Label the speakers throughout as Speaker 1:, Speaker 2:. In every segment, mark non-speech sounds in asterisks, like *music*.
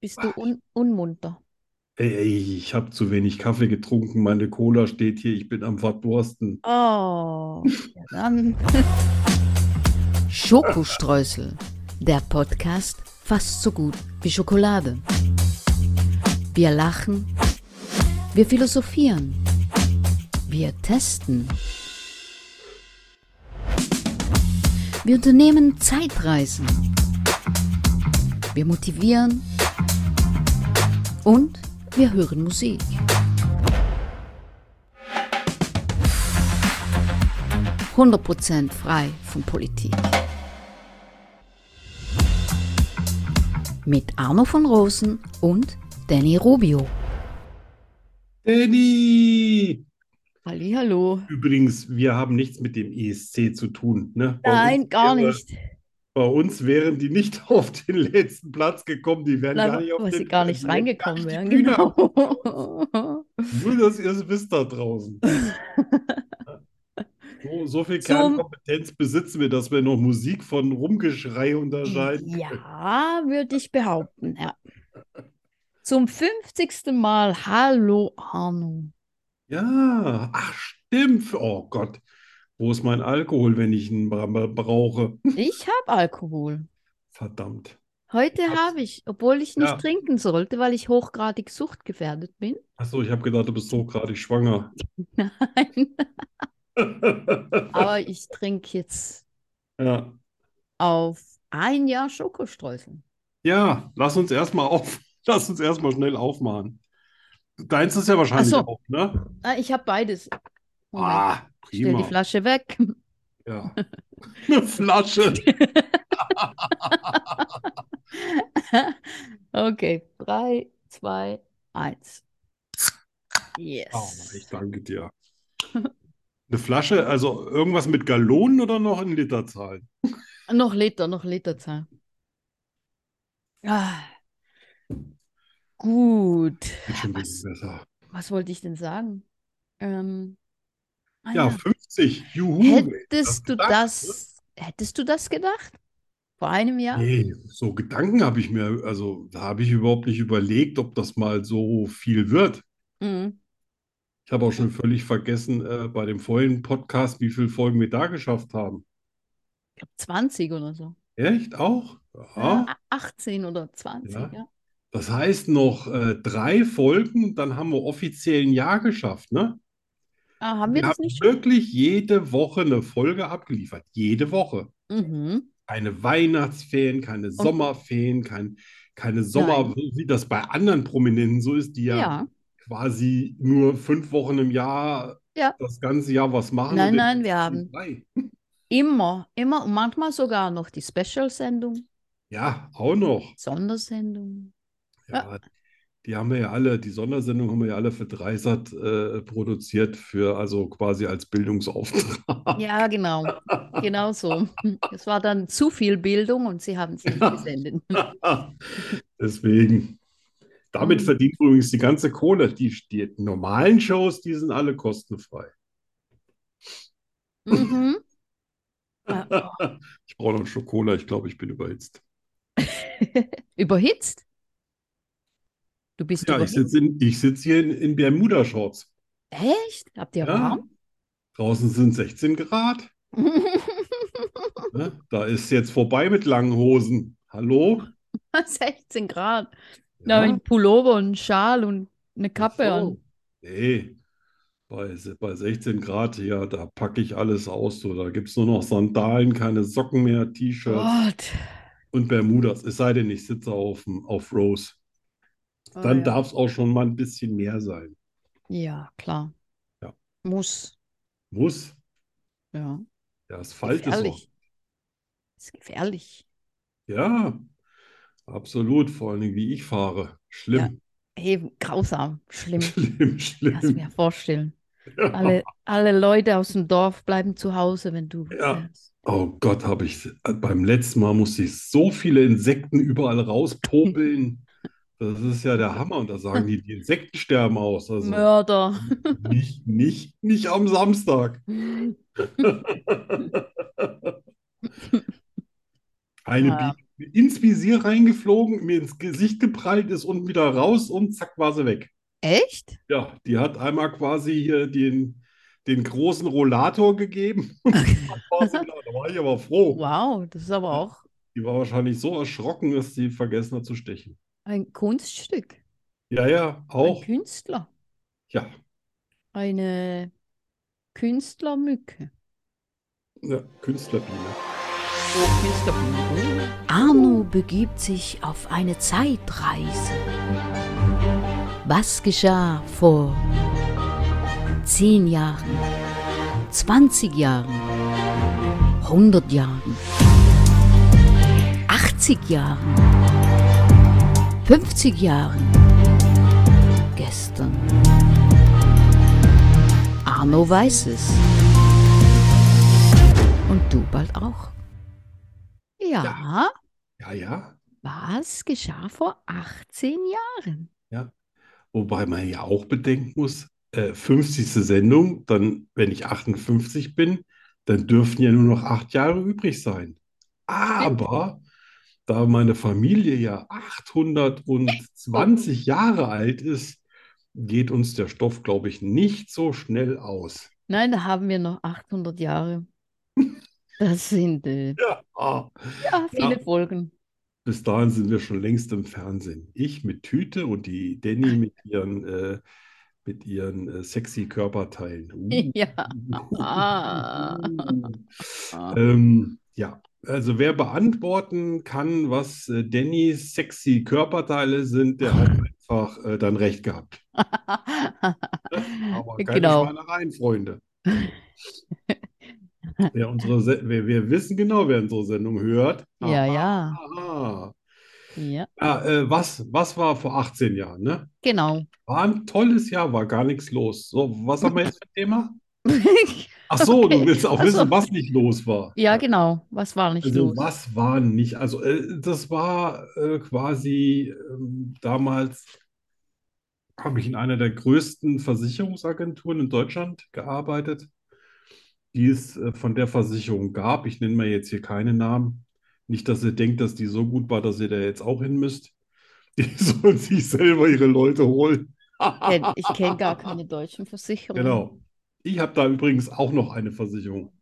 Speaker 1: Bist du un unmunter?
Speaker 2: Ey, ich habe zu wenig Kaffee getrunken, meine Cola steht hier, ich bin am Verdursten.
Speaker 1: Oh, ja dann.
Speaker 3: Schokostreusel, der Podcast fast so gut wie Schokolade. Wir lachen, wir philosophieren, wir testen. Wir unternehmen Zeitreisen. Wir motivieren und wir hören Musik. Prozent frei von Politik. Mit Arno von Rosen und Danny Rubio.
Speaker 2: Danny!
Speaker 1: *laughs* Hallihallo.
Speaker 2: Übrigens, wir haben nichts mit dem ESC zu tun, ne? Bei uns
Speaker 1: Nein, gar
Speaker 2: wäre-
Speaker 1: nicht.
Speaker 2: Bei uns wären die nicht *laughs* auf den letzten Platz gekommen, die wären gar
Speaker 1: Leider,
Speaker 2: nicht auf
Speaker 1: weil
Speaker 2: den
Speaker 1: sie gar nicht
Speaker 2: die wären gar
Speaker 1: reingekommen
Speaker 2: nicht
Speaker 1: wären,
Speaker 2: die Bühne ab.
Speaker 1: genau. *laughs*
Speaker 2: Nur, dass ihr es wisst da draußen. So, so viel
Speaker 1: Zum,
Speaker 2: Kernkompetenz besitzen wir, dass wir noch Musik von Rumgeschrei unterscheiden können.
Speaker 1: ja, würde ich behaupten, ja. Zum 50. Mal, hallo Arno.
Speaker 2: Ja, ach stimmt. Oh Gott, wo ist mein Alkohol, wenn ich ihn bra brauche?
Speaker 1: Ich habe Alkohol.
Speaker 2: Verdammt.
Speaker 1: Heute
Speaker 2: Hab's.
Speaker 1: habe ich, obwohl ich nicht
Speaker 2: Ja.
Speaker 1: trinken sollte, weil ich hochgradig suchtgefährdet bin. *laughs*
Speaker 2: Achso, ich habe gedacht, du bist hochgradig schwanger. *laughs*
Speaker 1: Nein, aber ich trinke jetzt
Speaker 2: Ja.
Speaker 1: auf ein Jahr Schokostreusel.
Speaker 2: Ja, lass uns erstmal auf, *laughs* lass uns erstmal schnell aufmachen. Deins ist ja
Speaker 1: Ach
Speaker 2: wahrscheinlich
Speaker 1: so,
Speaker 2: auch, ne?
Speaker 1: ah, ich habe beides. Moment,
Speaker 2: Ah,
Speaker 1: stell die
Speaker 2: prima.
Speaker 1: Flasche weg. *laughs*
Speaker 2: Ja. *laughs* Eine Flasche.
Speaker 1: Okay, drei, zwei, eins.
Speaker 2: Oh, ich
Speaker 1: Yes.
Speaker 2: danke dir. Eine Flasche, also irgendwas mit Gallonen oder noch in Literzahlen?
Speaker 1: Noch Liter, noch Literzahl. Ah, gut.
Speaker 2: Geht schon ein bisschen
Speaker 1: Was,
Speaker 2: besser.
Speaker 1: was wollte ich denn sagen? Ähm, ah
Speaker 2: Ja,
Speaker 1: ja.
Speaker 2: 50. Juhu, wer hätte das
Speaker 1: Hättest du
Speaker 2: gedacht, ne?
Speaker 1: das, hättest du das gedacht? Vor einem Jahr?
Speaker 2: Nee, so Gedanken habe ich mir, also da habe ich überhaupt nicht überlegt, ob das mal so viel wird.
Speaker 1: Mhm.
Speaker 2: Ich habe auch schon völlig vergessen, äh, bei dem vorigen Podcast, wie viele Folgen wir da geschafft haben.
Speaker 1: Ich glaube 20 oder so.
Speaker 2: Echt auch?
Speaker 1: Ja,
Speaker 2: Ja.
Speaker 1: a- 18 oder 20,
Speaker 2: Oh. Ja.
Speaker 1: ja.
Speaker 2: Das heißt noch äh, drei Folgen, dann haben wir offiziell ein Jahr geschafft, ne?
Speaker 1: Ah, haben wir
Speaker 2: Wir
Speaker 1: das
Speaker 2: haben
Speaker 1: nicht schon?
Speaker 2: wirklich jede Woche eine Folge abgeliefert. Jede Woche.
Speaker 1: Mhm.
Speaker 2: Keine Weihnachtsferien, keine
Speaker 1: Und
Speaker 2: Sommerferien, kein, keine Sommer,
Speaker 1: nein.
Speaker 2: wie das bei anderen Prominenten so ist, die ja
Speaker 1: Ja,
Speaker 2: quasi nur fünf Wochen im Jahr
Speaker 1: ja.
Speaker 2: das ganze Jahr was machen und
Speaker 1: Nein,
Speaker 2: den
Speaker 1: nein, wir
Speaker 2: Rest sind
Speaker 1: haben
Speaker 2: frei.
Speaker 1: immer, immer und manchmal sogar noch die Special-Sendung,
Speaker 2: Ja, auch noch.
Speaker 1: Sondersendung. Ja,
Speaker 2: Ja, die haben wir ja alle, die Sondersendung haben wir ja alle für Dreisat äh, produziert, für also quasi als
Speaker 1: *laughs*
Speaker 2: Bildungsauftrag.
Speaker 1: ja, genau. Genau
Speaker 2: *laughs*
Speaker 1: so. Es war dann zu viel Bildung und sie haben es nicht gesendet.
Speaker 2: Deswegen. Damit
Speaker 1: Mhm.
Speaker 2: verdient übrigens die ganze Kohle. Die, die normalen Shows, die sind alle kostenfrei.
Speaker 1: Mhm. Ah, oh.
Speaker 2: Ich brauche noch einen Schluck Cola, ich glaube, ich bin überhitzt.
Speaker 1: Überhitzt? Du bist
Speaker 2: Ja, ich
Speaker 1: überhitzt.
Speaker 2: sitze in, ich sitz hier in, in Bermuda-Shorts.
Speaker 1: Echt? Habt ihr
Speaker 2: Ja,
Speaker 1: warm? *laughs*
Speaker 2: draußen sind 16 Grad. Ne? Da ist jetzt vorbei mit langen Hosen. Hallo?
Speaker 1: 16 Grad. Da habe ich
Speaker 2: Ja,
Speaker 1: einen Pullover und einen Schal und eine
Speaker 2: ach
Speaker 1: Kappe an.
Speaker 2: so. Nee, bei, se- bei 16 Grad hier, da packe ich alles aus. So. Da gibt es nur noch Sandalen, keine Socken mehr, T-Shirts
Speaker 1: Gott.
Speaker 2: und Bermudas. Es sei denn, ich sitze auf, auf Rose.
Speaker 1: Oh
Speaker 2: Dann
Speaker 1: ja.
Speaker 2: darf es auch schon mal ein bisschen mehr sein.
Speaker 1: Ja, klar.
Speaker 2: Ja.
Speaker 1: Muss.
Speaker 2: Muss.
Speaker 1: Ja.
Speaker 2: Der Asphalt ist auch.
Speaker 1: Gefährlich. Ist gefährlich.
Speaker 2: Ja, absolut. Vor allen Dingen, wie ich fahre.
Speaker 1: Ja.
Speaker 2: Schlimm,
Speaker 1: Eben grausam. Schlimm.
Speaker 2: *laughs* schlimm,
Speaker 1: Kannst mir
Speaker 2: schlimm. *laughs*
Speaker 1: vorstellen.
Speaker 2: Ja.
Speaker 1: Alle, alle Leute aus dem Dorf bleiben zu Hause, wenn du
Speaker 2: Ja.
Speaker 1: fährst.
Speaker 2: Oh Gott, habe ich äh, beim letzten Mal musste ich so viele Insekten überall rauspopeln. Das ist ja der Hammer. Und da sagen die, die Insekten sterben aus. Also *laughs*
Speaker 1: Mörder.
Speaker 2: nicht, nicht, nicht am Samstag. Eine
Speaker 1: Ah,
Speaker 2: Biene ins Visier reingeflogen, mir ins Gesicht geprallt ist und wieder raus und zack war sie weg.
Speaker 1: Echt?
Speaker 2: Ja, die hat einmal quasi hier den, den großen Rollator gegeben. *laughs* Und dann war sie da. da war ich aber froh.
Speaker 1: Wow, das ist aber auch
Speaker 2: Die war wahrscheinlich so erschrocken, dass sie vergessen hat zu stechen.
Speaker 1: ein Kunststück.
Speaker 2: Ja, ja,
Speaker 1: Ein
Speaker 2: auch.
Speaker 1: Künstler.
Speaker 2: Ja,
Speaker 1: Eine Künstlermücke.
Speaker 2: ja Künstlerbiene.
Speaker 1: Oh, Künstlermücke.
Speaker 3: Arno begibt sich auf eine Zeitreise. Was geschah vor 10 Jahren, 20 Jahren, 100 Jahren, 80 Jahren, 50 Jahren, gestern? Arno weiß es. Und du bald auch.
Speaker 1: Ja,
Speaker 2: Ja, ja.
Speaker 1: was geschah vor 18 Jahren?
Speaker 2: Wobei man ja auch bedenken muss, äh, 50. Sendung, dann, wenn ich 58 bin, dann dürften ja nur noch acht Jahre übrig sein. Aber da meine Familie ja 820 Jahre alt ist, geht uns der Stoff, glaube ich, nicht so schnell aus.
Speaker 1: Nein, da haben wir noch 800
Speaker 2: *laughs*
Speaker 1: Jahre. Das sind äh,
Speaker 2: Ja. Ah,
Speaker 1: ja, viele Folgen. *laughs*
Speaker 2: Bis dahin sind wir schon längst im Fernsehen. Ich mit Tüte und
Speaker 1: *laughs*
Speaker 2: die Danny mit ihren, äh, mit ihren äh, sexy Körperteilen. Uh.
Speaker 1: *laughs*
Speaker 2: *laughs*
Speaker 1: Ja. Ah. Ah.
Speaker 2: Ähm, ja, also wer beantworten kann, was äh, Dannys sexy Körperteile sind, der
Speaker 1: *laughs*
Speaker 2: hat einfach äh, dann recht gehabt. Aber keine
Speaker 1: Genau.
Speaker 2: Schweinereien, Freunde.
Speaker 1: *laughs*
Speaker 2: Wer unsere, Se- wer, wir wissen genau, wer unsere Sendung hört.
Speaker 1: Ja,
Speaker 2: Aha,
Speaker 1: ja,
Speaker 2: aha.
Speaker 1: ja.
Speaker 2: Ja, äh, was, was war vor 18 Jahren, ne?
Speaker 1: Genau. *laughs*
Speaker 2: War ein tolles Jahr, war gar nichts los. So, was haben wir jetzt für ein Thema? Ach so, du
Speaker 1: Okay.
Speaker 2: willst auch
Speaker 1: Ach so.
Speaker 2: wissen, was nicht los war.
Speaker 1: Ja, genau. Was war nicht
Speaker 2: Also
Speaker 1: los?
Speaker 2: was war nicht? Also äh, das war äh, quasi ähm, damals habe ich in einer der größten Versicherungsagenturen in Deutschland gearbeitet, die es äh, von der Versicherung gab. Ich nenne mal jetzt hier keine Namen. Nicht, dass ihr denkt, dass die so gut war, dass ihr da jetzt auch hin müsst. *laughs* Die sollen sich selber ihre Leute holen.
Speaker 1: Denn Ich kenne gar keine deutschen Versicherungen.
Speaker 2: Genau. Ich habe da übrigens auch noch eine Versicherung.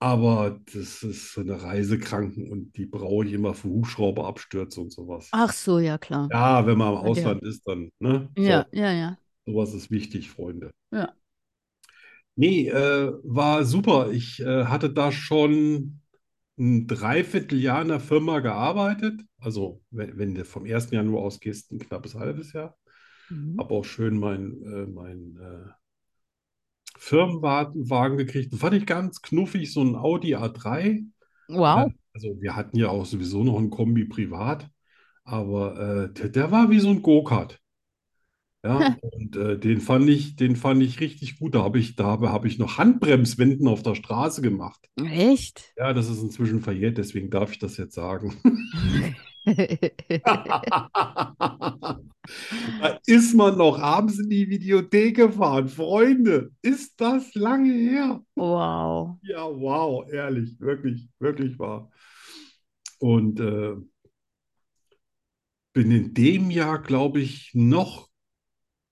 Speaker 2: Aber das ist so eine Reisekranken und die brauche ich immer für Hubschrauberabstürze und sowas.
Speaker 1: Ach so, ja, klar.
Speaker 2: Ja, wenn man im
Speaker 1: Ja.
Speaker 2: Ausland ist, dann, ne? So,
Speaker 1: Ja, ja, ja.
Speaker 2: sowas ist wichtig, Freunde.
Speaker 1: Ja.
Speaker 2: Nee, äh, war super. Ich äh, hatte da schon ein Dreivierteljahr in der Firma gearbeitet. Also, wenn, wenn du vom 1. Januar ausgehst, ein knappes halbes Jahr
Speaker 1: Mhm.
Speaker 2: habe auch schön meinen äh, mein, äh, Firmenwagen gekriegt. Den fand ich ganz knuffig, so ein Audi A3.
Speaker 1: Wow.
Speaker 2: Also wir hatten ja auch sowieso noch ein Kombi privat, aber äh, der, der war wie so ein Go-Kart. Ja, und äh, den fand ich, den fand ich richtig gut. Da habe ich, da habe, habe ich noch Handbremswenden auf der Straße gemacht. *laughs*
Speaker 1: Echt?
Speaker 2: Ja, das ist inzwischen verjährt, deswegen darf ich das jetzt sagen. Da ist man noch abends in die Videothek gefahren. Freunde, ist das lange her?
Speaker 1: Wow.
Speaker 2: Ja, wow, ehrlich, wirklich, wirklich wahr. Und äh, bin in dem Jahr, glaube ich, noch,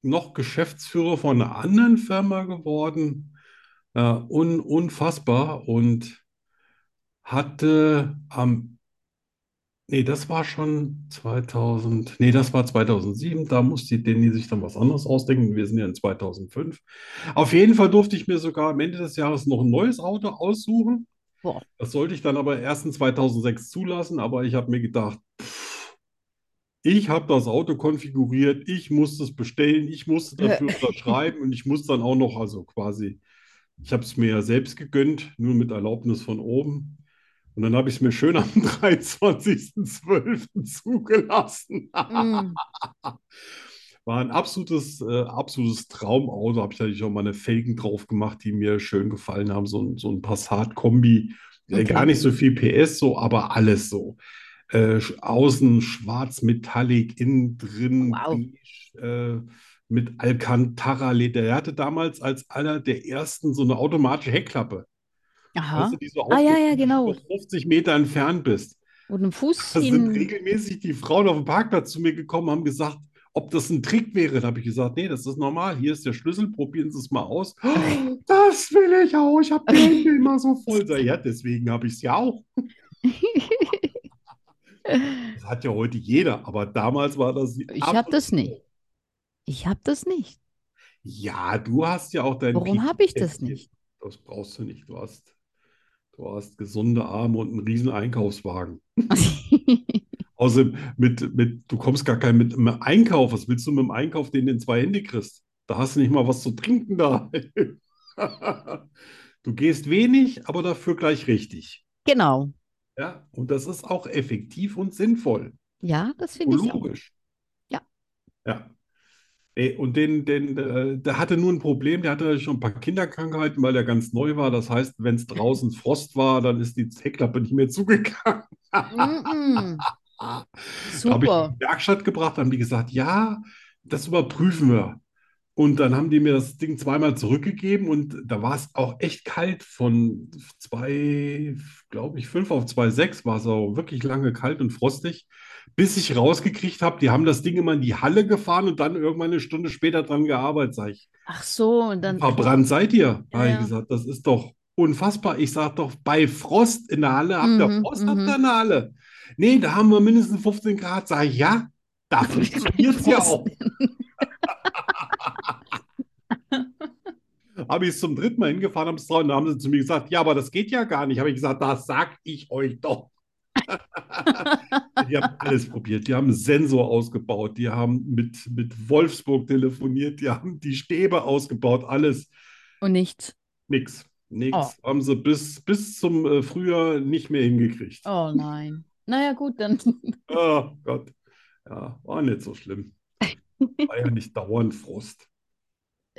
Speaker 2: noch Geschäftsführer von einer anderen Firma geworden. Äh, un, unfassbar. Und hatte am, nee, das war schon 2000, nee, das war 2007. Da musste die Denny sich dann was anderes ausdenken. Wir sind ja in 2005. Auf jeden Fall durfte ich mir sogar am Ende des Jahres noch ein neues Auto aussuchen.
Speaker 1: Boah.
Speaker 2: Das sollte ich dann aber erst in 2006 zulassen, aber ich habe mir gedacht, pff, ich habe das Auto konfiguriert, ich musste es bestellen, ich musste dafür unterschreiben und ich muss dann auch noch, also quasi, ich habe es mir ja selbst gegönnt, nur mit Erlaubnis von oben. Und dann habe ich es mir schön am *laughs* 23.12. zugelassen.
Speaker 1: Mm.
Speaker 2: War ein absolutes, äh, absolutes Traumauto. Habe ich natürlich auch meine Felgen drauf gemacht, die mir schön gefallen haben. So ein, so ein Passat-Kombi. Äh,
Speaker 1: Okay.
Speaker 2: Gar nicht so viel PS, so, aber alles so. Äh, sch- außen schwarz metallic, innen drin
Speaker 1: Wow.
Speaker 2: beige, äh, mit Alcantara-Leder. Er hatte damals als einer der ersten so eine automatische Heckklappe.
Speaker 1: Aha.
Speaker 2: Weißt du, die so
Speaker 1: Ah, ja, ja,
Speaker 2: aufgeht, wenn du
Speaker 1: genau.
Speaker 2: noch 50 Meter entfernt bist.
Speaker 1: Und ein Fuß
Speaker 2: Da sind
Speaker 1: hin.
Speaker 2: regelmäßig die Frauen auf dem Parkplatz zu mir gekommen, haben gesagt, ob das ein Trick wäre. Da habe ich gesagt, nee, das ist normal. Hier ist der Schlüssel, probieren Sie es mal aus.
Speaker 1: Oh.
Speaker 2: Das will ich auch. Ich habe die Hände immer so voll. Sag ich, Ja, deswegen habe ich es ja auch. Das hat ja heute jeder, aber damals war das die
Speaker 1: Ich
Speaker 2: Ab-
Speaker 1: habe das nicht. Ich habe das nicht. *laughs*
Speaker 2: Ja, du hast ja auch dein
Speaker 1: Warum
Speaker 2: Pipi
Speaker 1: habe ich das
Speaker 2: tätowiert.
Speaker 1: nicht?
Speaker 2: Das brauchst du nicht. Du hast, du hast gesunde Arme und einen riesen Einkaufswagen. Außerdem mit, mit, du kommst gar kein mit, mit Einkauf. Was willst du mit dem Einkauf, den du in zwei Hände kriegst? Da hast du nicht mal was zu trinken da. *laughs* Du gehst wenig, aber dafür gleich richtig.
Speaker 1: Genau.
Speaker 2: Ja, und das ist auch effektiv und sinnvoll.
Speaker 1: Ja, das finde ich auch.
Speaker 2: Logisch.
Speaker 1: Ja.
Speaker 2: Ja. Ey, Und den, den, äh, der hatte nur ein Problem, der hatte schon ein paar Kinderkrankheiten, weil er ganz neu war. Das heißt, wenn es draußen Frost war, dann ist die Heckklappe nicht mehr zugegangen.
Speaker 1: Mm-mm.
Speaker 2: Da habe ich ihn
Speaker 1: Mhm. Super.
Speaker 2: in die Werkstatt gebracht, haben die gesagt, ja, das überprüfen wir. Und dann haben die mir das Ding zweimal zurückgegeben und da war es auch echt kalt. Von zwei, glaube ich, fünf auf zwei, sechs war es auch wirklich lange kalt und frostig, bis ich rausgekriegt habe, die haben das Ding immer in die Halle gefahren und dann irgendwann eine Stunde später dran gearbeitet, sag ich.
Speaker 1: Ach so, und dann.
Speaker 2: Verbrannt seid ihr,
Speaker 1: Ja,
Speaker 2: habe ich
Speaker 1: ja.
Speaker 2: gesagt. Das ist doch unfassbar. Ich sage doch, bei Frost in der Halle, habt ihr
Speaker 1: Mhm,
Speaker 2: Frost,
Speaker 1: mhm.
Speaker 2: habt ihr in der Halle. Nee, da haben wir mindestens 15 Grad. Sag ich, ja, da funktioniert es ja
Speaker 1: Frost.
Speaker 2: auch. *laughs* Habe ich es zum dritten Mal hingefahren, haben es trauen, da haben sie zu mir gesagt, ja, aber das geht ja gar nicht. Habe ich gesagt, das sag ich euch doch. *laughs* Die haben alles probiert. Die haben einen Sensor ausgebaut. Die haben mit, mit Wolfsburg telefoniert. Die haben die Stäbe ausgebaut. Alles.
Speaker 1: Und nichts.
Speaker 2: Nix. Nix. Haben sie bis, bis zum äh, Frühjahr nicht mehr hingekriegt.
Speaker 1: Oh nein. Naja, gut, dann.
Speaker 2: Ah, Gott. Ja, war nicht so schlimm. War ja nicht dauernd Frust.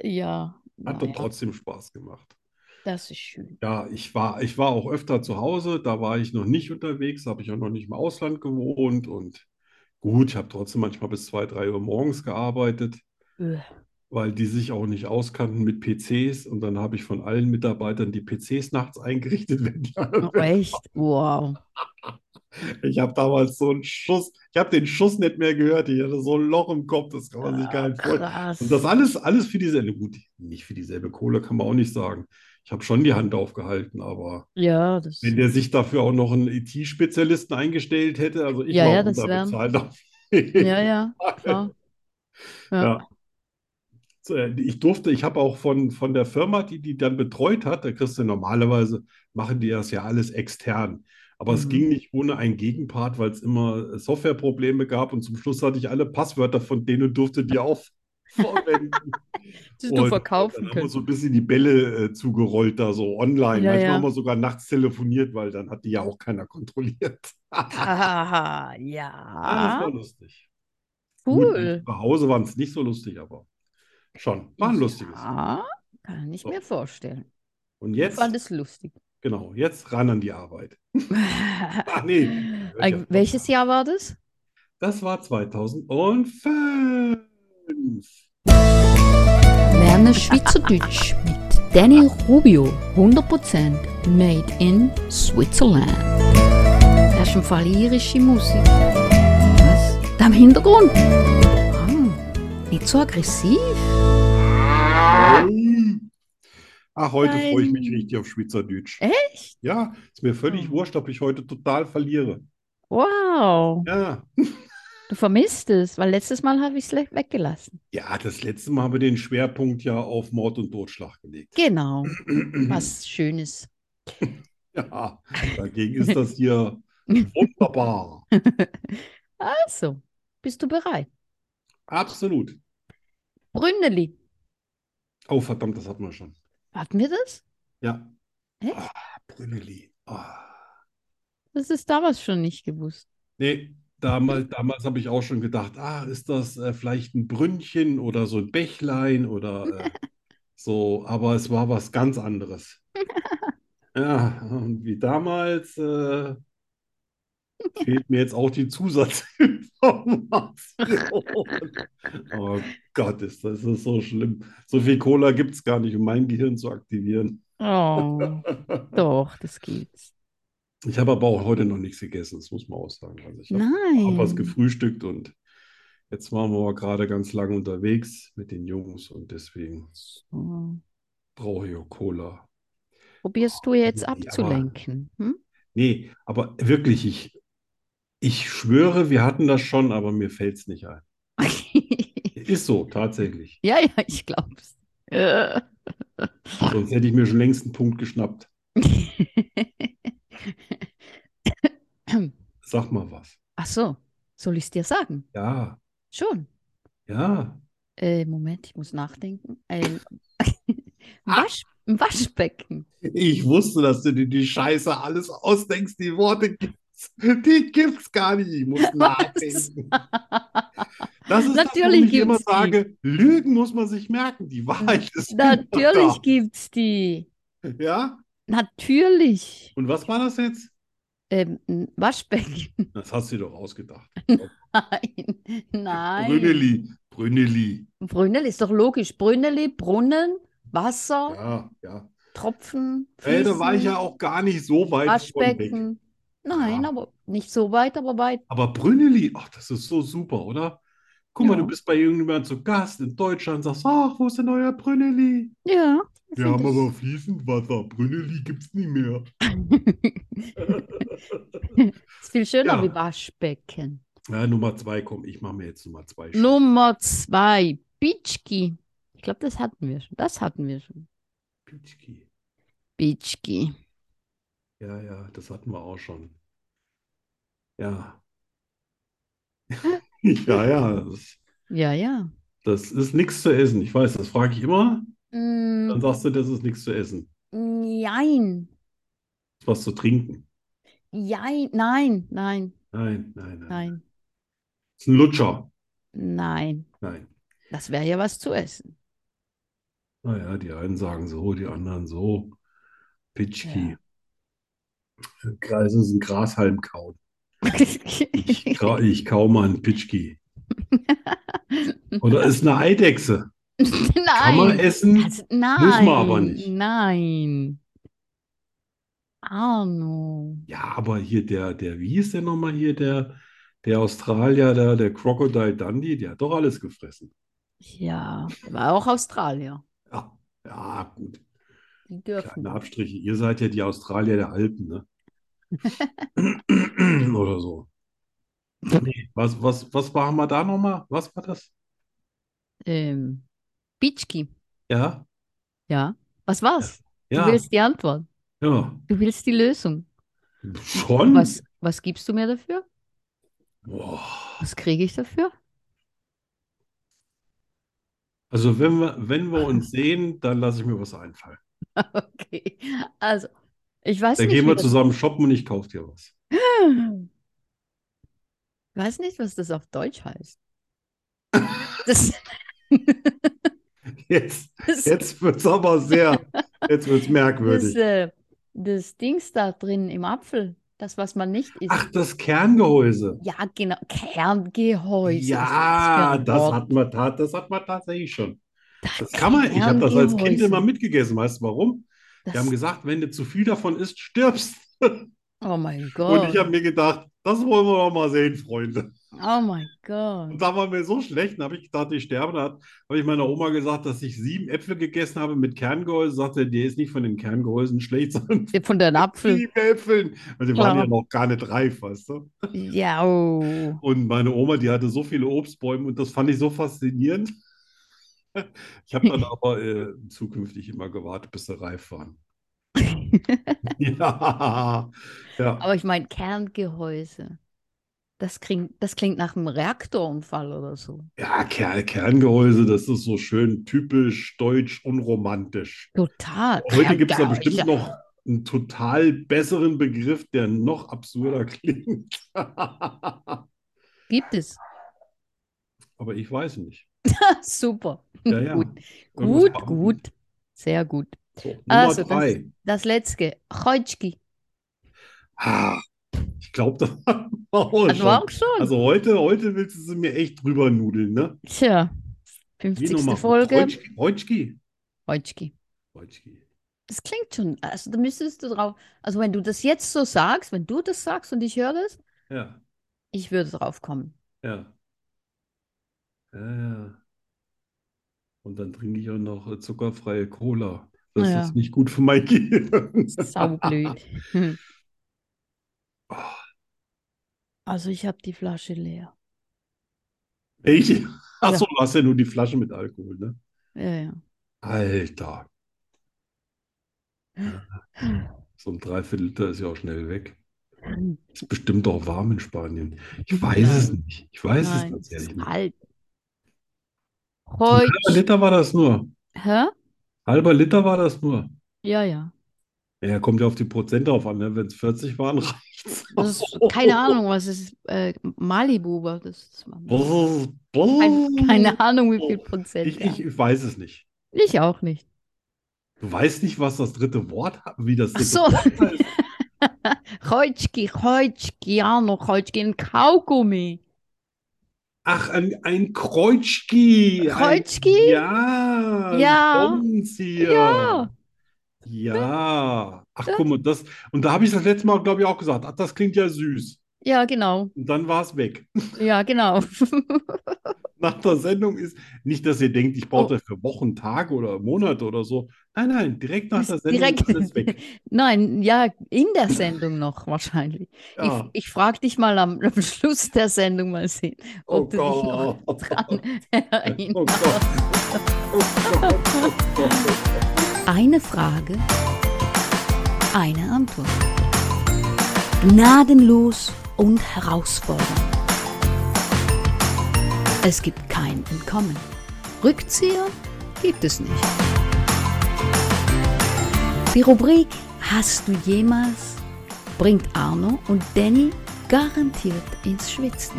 Speaker 1: Ja.
Speaker 2: Hat doch
Speaker 1: Naja,
Speaker 2: trotzdem Spaß gemacht.
Speaker 1: das ist
Speaker 2: *laughs*
Speaker 1: schön.
Speaker 2: Ja, ich war, ich war auch öfter zu Hause. Da war ich noch nicht unterwegs. Habe ich auch noch nicht im Ausland gewohnt. Und gut, ich habe trotzdem manchmal bis zwei, drei Uhr morgens gearbeitet,
Speaker 1: Äh.
Speaker 2: weil die sich auch nicht auskannten mit PCs. Und dann habe ich von allen Mitarbeitern die PCs nachts eingerichtet, *laughs* wenn die alle
Speaker 1: Oh, echt? Wow.
Speaker 2: Ich habe damals so einen Schuss, ich habe den Schuss nicht mehr gehört. Ich hatte so ein Loch im Kopf, das kann man sich gar nicht vorstellen.
Speaker 1: Ah, Krass.
Speaker 2: Und das alles, alles für dieselbe, gut, nicht für dieselbe Kohle, kann man auch nicht sagen. Ich habe schon die Hand aufgehalten, aber
Speaker 1: Ja, das.
Speaker 2: wenn der sich dafür auch noch einen IT-Spezialisten eingestellt hätte, also ich
Speaker 1: Ja,
Speaker 2: war
Speaker 1: ja, das wären-
Speaker 2: unterbezahlt auf
Speaker 1: *laughs* Ja, ja, klar. Ja.
Speaker 2: *laughs* So, äh, Ich durfte, ich habe auch von, von der Firma, die die dann betreut hat, da kriegst du normalerweise, machen die das ja alles extern. Aber es
Speaker 1: Mhm.
Speaker 2: ging nicht ohne einen Gegenpart, weil es immer äh, Softwareprobleme gab und zum Schluss hatte ich alle Passwörter von denen und durfte die auch *laughs* verwenden.
Speaker 1: Hättest
Speaker 2: Und,
Speaker 1: du
Speaker 2: äh,
Speaker 1: verkaufen
Speaker 2: dann haben
Speaker 1: *laughs*
Speaker 2: wir
Speaker 1: können.
Speaker 2: so ein bisschen die Bälle äh, zugerollt da so online.
Speaker 1: Ja,
Speaker 2: Manchmal
Speaker 1: ja.
Speaker 2: haben wir sogar nachts telefoniert, weil dann hat die ja auch keiner kontrolliert. *laughs*
Speaker 1: Haha,
Speaker 2: Ja, das
Speaker 1: ja.
Speaker 2: war lustig. Gut,
Speaker 1: Ah, Cool.
Speaker 2: zu Hause waren es nicht so lustig, aber schon. War ein lustiges.
Speaker 1: Ja, kann ich
Speaker 2: So.
Speaker 1: mir vorstellen.
Speaker 2: Und
Speaker 1: Ich
Speaker 2: jetzt?
Speaker 1: fand es
Speaker 2: *laughs*
Speaker 1: lustig.
Speaker 2: Genau, jetzt ran an die Arbeit. *laughs* Ach nee,
Speaker 1: Äh, Welches Jahr war das?
Speaker 2: das war 2005.
Speaker 3: Lerne Schweizerdeutsch mit Danny Rubio. 100% made in Switzerland. Das ist im Fall irische Musik. Was? Da im Hintergrund? Ah, nicht so aggressiv. *laughs*
Speaker 2: Ach, heute
Speaker 1: Nein.
Speaker 2: freue ich mich richtig auf Schweizerdeutsch.
Speaker 1: Echt?
Speaker 2: Ja, ist mir völlig
Speaker 1: Hm.
Speaker 2: wurscht, ob ich heute total verliere.
Speaker 1: Wow.
Speaker 2: Ja,
Speaker 1: Du vermisst es, weil letztes Mal habe ich es le- weggelassen.
Speaker 2: ja, das letzte Mal haben wir den Schwerpunkt ja auf Mord und Totschlag gelegt. *clears throat*
Speaker 1: Genau. Was Schönes.
Speaker 2: Ja, dagegen ist das hier wunderbar.
Speaker 1: Also, bist du bereit?
Speaker 2: Absolut.
Speaker 1: Brünneli.
Speaker 2: Oh, verdammt, das hatten wir schon.
Speaker 1: Hatten wir das?
Speaker 2: Ja.
Speaker 1: Echt?
Speaker 2: Ah, Brünneli. Ah.
Speaker 1: Das ist damals schon nicht gewusst.
Speaker 2: Nee, damals, damals habe ich auch schon gedacht, ah, ist das äh, vielleicht ein Brünnchen oder so ein Bächlein oder äh, so, aber es war was ganz anderes. Ja, und wie damals äh, fehlt mir jetzt auch die Zusatzinformation. *laughs* Oh Gott, ist das ist so schlimm. So viel Cola gibt
Speaker 3: *laughs*
Speaker 2: es gar nicht, um mein Gehirn zu aktivieren.
Speaker 1: Oh, doch, das geht's.
Speaker 2: Ich habe aber auch heute noch nichts gegessen, das muss man auch sagen. Also ich habe
Speaker 1: Nein.
Speaker 2: hab was gefrühstückt und jetzt waren wir gerade ganz lange unterwegs mit den Jungs und deswegen
Speaker 1: So.
Speaker 2: brauche ich auch Cola.
Speaker 3: Oh. Probierst du jetzt
Speaker 2: Ja, aber-
Speaker 3: abzulenken? Hm?
Speaker 2: Nee, aber wirklich, ich, ich schwöre, wir hatten das schon, aber mir fällt es nicht
Speaker 3: *laughs*
Speaker 2: ein. Ist so, tatsächlich.
Speaker 3: ja, ja, ich glaub's. Äh.
Speaker 2: Sonst hätte ich mir schon längst einen Punkt
Speaker 3: *laughs*
Speaker 2: geschnappt. Sag mal was.
Speaker 3: Ach so, soll ich es dir sagen?
Speaker 2: Ja,
Speaker 3: Schon.
Speaker 2: ja.
Speaker 3: Äh, Moment, ich muss nachdenken. Ähm, *laughs* Ein Wasch, ein Waschbecken.
Speaker 2: Ich wusste, dass du dir die Scheiße alles ausdenkst. Die Worte gibt's, die gibt's gar nicht. Ich
Speaker 1: *laughs*
Speaker 2: muss nachdenken. Das ist das,
Speaker 1: Natürlich
Speaker 2: warum ich immer
Speaker 1: gibt's die.
Speaker 2: sage, Lügen muss man sich merken. Die
Speaker 1: *laughs*
Speaker 2: Wahrheit ist immer
Speaker 1: Natürlich gibt's die.
Speaker 2: da. *laughs* Ja?
Speaker 1: Natürlich.
Speaker 2: Und was war das jetzt?
Speaker 1: Ähm, ein Waschbecken. *laughs*
Speaker 2: Das hast du dir doch ausgedacht.
Speaker 1: Nein. Nein.
Speaker 2: Brünneli, Brünneli.
Speaker 1: Brünnel ist doch logisch. Brünneli, Brunnen, Wasser,
Speaker 2: Ja, ja.
Speaker 1: Tropfen,
Speaker 2: Ey, da war ich
Speaker 1: Fließen,
Speaker 2: ja auch gar nicht so weit von weg.
Speaker 1: Waschbecken. Nein,
Speaker 2: Ja.
Speaker 1: aber nicht so weit, aber weit.
Speaker 2: Aber Brünneli, ach, das ist so super, oder? Guck mal,
Speaker 1: Ja.
Speaker 2: du bist bei irgendjemandem zu Gast in Deutschland, sagst, ach, wo ist denn euer Brünneli?
Speaker 1: Ja. ich
Speaker 2: Wir
Speaker 1: find
Speaker 2: haben
Speaker 1: das-
Speaker 2: aber fließend Wasser. Brünneli gibt's nie mehr.
Speaker 1: ist viel schöner
Speaker 2: Ja.
Speaker 1: wie Waschbecken.
Speaker 2: Ja, Nummer zwei, komm, ich mache mir jetzt Nummer zwei.
Speaker 1: Nummer zwei, Pitschki. Ich glaube, das hatten wir schon. Das hatten wir schon.
Speaker 2: Pitschki.
Speaker 1: Pitschki.
Speaker 2: Ja, ja, das hatten wir auch schon. Ja. *laughs* Ja, ja, das,
Speaker 1: Ja, ja.
Speaker 2: das ist nichts zu essen. Ich weiß, das frage ich immer. Dann
Speaker 1: Mm,
Speaker 2: sagst du, das ist nichts zu essen.
Speaker 1: jein.
Speaker 2: Das ist was zu trinken.
Speaker 1: Jein. Nein, nein,
Speaker 2: Nein, nein, nein.
Speaker 1: nein,
Speaker 2: Das ist ein Lutscher.
Speaker 1: nein.
Speaker 2: Nein.
Speaker 1: Das wäre ja was zu essen. *laughs*
Speaker 2: Naja, die einen sagen so, die anderen so. Pitschki. Das ist ein Grashalmkauen. Ich, kau- ich kau mal einen Pitschki.
Speaker 1: *laughs*
Speaker 2: Oder ist eine Eidechse. Kann man
Speaker 1: Nein.
Speaker 2: essen?
Speaker 1: Das,
Speaker 2: man
Speaker 1: nein,
Speaker 2: aber nicht.
Speaker 1: Nein. Arno.
Speaker 2: Ja, aber hier der, der, wie ist der nochmal hier, der, der Australier, der, der Crocodile Dundee, der hat doch alles gefressen.
Speaker 1: Ja, war auch Australier.
Speaker 2: Ja, ja, gut.
Speaker 1: Die dürfen.
Speaker 2: Kleine Abstriche. Ihr seid ja die Australier der Alpen,
Speaker 1: *laughs*
Speaker 2: ne? Oder so. Nee, was, was, was waren wir da nochmal? Was war das?
Speaker 1: Ähm, Pitschki.
Speaker 2: Ja,
Speaker 1: Ja. Was war's? Du
Speaker 2: ja,
Speaker 1: willst die Antwort.
Speaker 2: ja.
Speaker 1: Du willst die Lösung.
Speaker 2: Schon?
Speaker 1: Was, was gibst du mir dafür?
Speaker 2: Boah.
Speaker 1: Was kriege ich dafür?
Speaker 2: Also wenn wir, wenn wir *laughs* uns sehen, dann lasse ich mir was einfallen.
Speaker 1: Okay. Also, ich weiß
Speaker 2: Dann
Speaker 1: nicht,
Speaker 2: gehen
Speaker 1: wie
Speaker 2: wir
Speaker 1: das-
Speaker 2: zusammen shoppen und ich kaufe dir was.
Speaker 1: Ich weiß nicht, was das auf Deutsch heißt. Das,
Speaker 2: *laughs* Jetzt,
Speaker 1: das,
Speaker 2: jetzt wird es aber *laughs* sehr, jetzt wird es
Speaker 1: das,
Speaker 2: merkwürdig.
Speaker 1: äh, das Dings da drin im Apfel, das, was man nicht isst.
Speaker 2: Ach, das Kerngehäuse.
Speaker 1: Ja, genau. Kerngehäuse. ist
Speaker 2: Ja,
Speaker 1: für ein
Speaker 2: das
Speaker 1: Wort.
Speaker 2: hat man, ta- das hat man tatsächlich schon.
Speaker 1: Das
Speaker 2: Das kann man, ich habe das als Kind
Speaker 1: Kerngehäuse.
Speaker 2: immer mitgegessen. Weißt du warum?
Speaker 1: Das,
Speaker 2: Die haben gesagt, wenn du zu viel davon isst, stirbst.
Speaker 1: oh mein
Speaker 2: Und
Speaker 1: Gott.
Speaker 2: ich habe mir gedacht, das wollen wir doch mal sehen, Freunde.
Speaker 1: Oh mein
Speaker 2: Und
Speaker 1: Gott.
Speaker 2: da war mir so schlecht, dann habe ich gedacht, ich sterbe. Da hat- habe ich meiner Oma gesagt, dass ich sieben Äpfel gegessen habe mit Kerngehäuse. Sagte, die ist nicht von den Kerngehäusen schlecht, *laughs* sondern
Speaker 1: Von deinem Apfel.
Speaker 2: sieben Äpfeln. Also die
Speaker 1: Hm. Klar.
Speaker 2: waren ja noch gar nicht reif, weißt du?
Speaker 1: Ja. oh.
Speaker 2: Und meine Oma, die hatte so viele Obstbäume und das fand ich so faszinierend. *laughs* Ich habe
Speaker 1: *laughs*
Speaker 2: dann aber äh, zukünftig immer gewartet, bis sie reif waren. *laughs* Ja, ja.
Speaker 1: Aber ich meine, Kerngehäuse. Das klingt, das klingt nach einem Reaktorunfall oder so.
Speaker 2: Ja, Ker Kerngehäuse, das ist so schön typisch deutsch unromantisch.
Speaker 1: Total.
Speaker 2: Heute gibt es da
Speaker 1: Kerngehäuse.
Speaker 2: bestimmt noch einen total besseren Begriff, der noch absurder *laughs* klingt. Aber
Speaker 1: Gibt es. *laughs*
Speaker 2: ich weiß nicht.
Speaker 1: Super.
Speaker 2: Ja, ja.
Speaker 1: Gut,
Speaker 2: Irgendwas
Speaker 1: gut,
Speaker 2: war-
Speaker 1: gut. Sehr gut.
Speaker 2: So, Nummer
Speaker 1: Also, das-
Speaker 2: drei.
Speaker 1: Das letzte. Kreuzki.
Speaker 2: Ah, ich *laughs* glaube, das hatten wir auch
Speaker 1: Das
Speaker 2: schon.
Speaker 1: war auch schon.
Speaker 2: Also heute, heute willst du sie mir echt drüber nudeln, ne?
Speaker 1: Tja.
Speaker 2: Wie
Speaker 1: 50.
Speaker 2: nochmal?
Speaker 1: Folge.
Speaker 2: Reutschki. Reutschki.
Speaker 1: Kreuzki.
Speaker 2: Reutschki.
Speaker 1: Das klingt schon, also da müsstest du drauf, also wenn du das jetzt so sagst, wenn du das sagst und ich höre das,
Speaker 2: Ja,
Speaker 1: ich würde drauf kommen.
Speaker 2: ja. Ja, ja. Und dann trinke ich auch noch äh, zuckerfreie Cola. Das
Speaker 1: Ja.
Speaker 2: ist nicht gut für mein *laughs* Gehirn. *laughs*
Speaker 1: Saublöd. Hm.
Speaker 2: Oh,
Speaker 1: Also ich habe die Flasche leer.
Speaker 2: echt? Ach
Speaker 1: Also
Speaker 2: so, du hast ja nur die Flasche mit Alkohol, ne?
Speaker 1: Ja, ja.
Speaker 2: Alter, so ein Dreiviertel-Liter ist ja auch schnell weg.
Speaker 1: Hm.
Speaker 2: Ist bestimmt auch warm in Spanien. Ich weiß es nicht. Ich weiß es
Speaker 1: Nein, das
Speaker 2: tatsächlich
Speaker 1: ist
Speaker 2: nicht.
Speaker 1: alt.
Speaker 2: Ein
Speaker 1: Heute.
Speaker 2: halber Liter war das nur.
Speaker 1: Hä?
Speaker 2: Halber Liter war das nur.
Speaker 1: Ja, ja.
Speaker 2: Ja, kommt ja auf die Prozent drauf an, ne? Wenn es 40 waren, *laughs* reicht's.
Speaker 1: Das
Speaker 2: *laughs*
Speaker 1: ist, keine Ahnung, was es ist. Äh, Malibu war das. das war
Speaker 2: Brrr,
Speaker 1: Kein,
Speaker 2: brrr.
Speaker 1: keine Ahnung, wie viel Prozent.
Speaker 2: Oh. Ich,
Speaker 1: ja.
Speaker 2: ich, ich weiß es nicht.
Speaker 1: Ich auch nicht.
Speaker 2: Du weißt nicht, was das dritte Wort hat, wie das
Speaker 1: Ach
Speaker 2: dritte
Speaker 1: so.
Speaker 2: Wort heißt.
Speaker 1: Heutschki, Heutschki, ja noch Heutschki, ein Kaugummi.
Speaker 2: Ach, ein, ein Kreuzki. Ein,
Speaker 1: Kreuzki?
Speaker 2: Ja, ein
Speaker 1: Ja.
Speaker 2: Bonsir.
Speaker 1: Ja.
Speaker 2: Ja. Ach, guck mal, das, und da habe ich das letzte Mal, glaube ich, auch gesagt, ach, das klingt ja süß.
Speaker 1: Ja, genau.
Speaker 2: Und dann war es weg.
Speaker 1: Ja, genau.
Speaker 2: Nach der Sendung ist nicht, dass ihr denkt, ich
Speaker 1: Oh.
Speaker 2: brauche dafür Wochen, Tage oder Monate oder so. Nein, nein, direkt nach
Speaker 1: Ist
Speaker 2: der Sendung
Speaker 1: direkt. *laughs*
Speaker 2: ist alles weg.
Speaker 1: *laughs* Nein, ja, in der Sendung noch wahrscheinlich.
Speaker 2: Ja.
Speaker 1: Ich, ich frage dich mal am, am Schluss der Sendung mal sehen,
Speaker 2: Oh
Speaker 1: ob du dich noch *laughs*
Speaker 2: Gott.
Speaker 1: dran erinnerst.
Speaker 2: *laughs* Oh Gott. Oh Gott. Oh Gott.
Speaker 3: Eine Frage, eine Antwort. Gnadenlos und herausfordernd. Es gibt kein Entkommen. Rückzieher gibt es nicht. Die Rubrik Hast du jemals bringt Arno und Danny garantiert ins Schwitzen.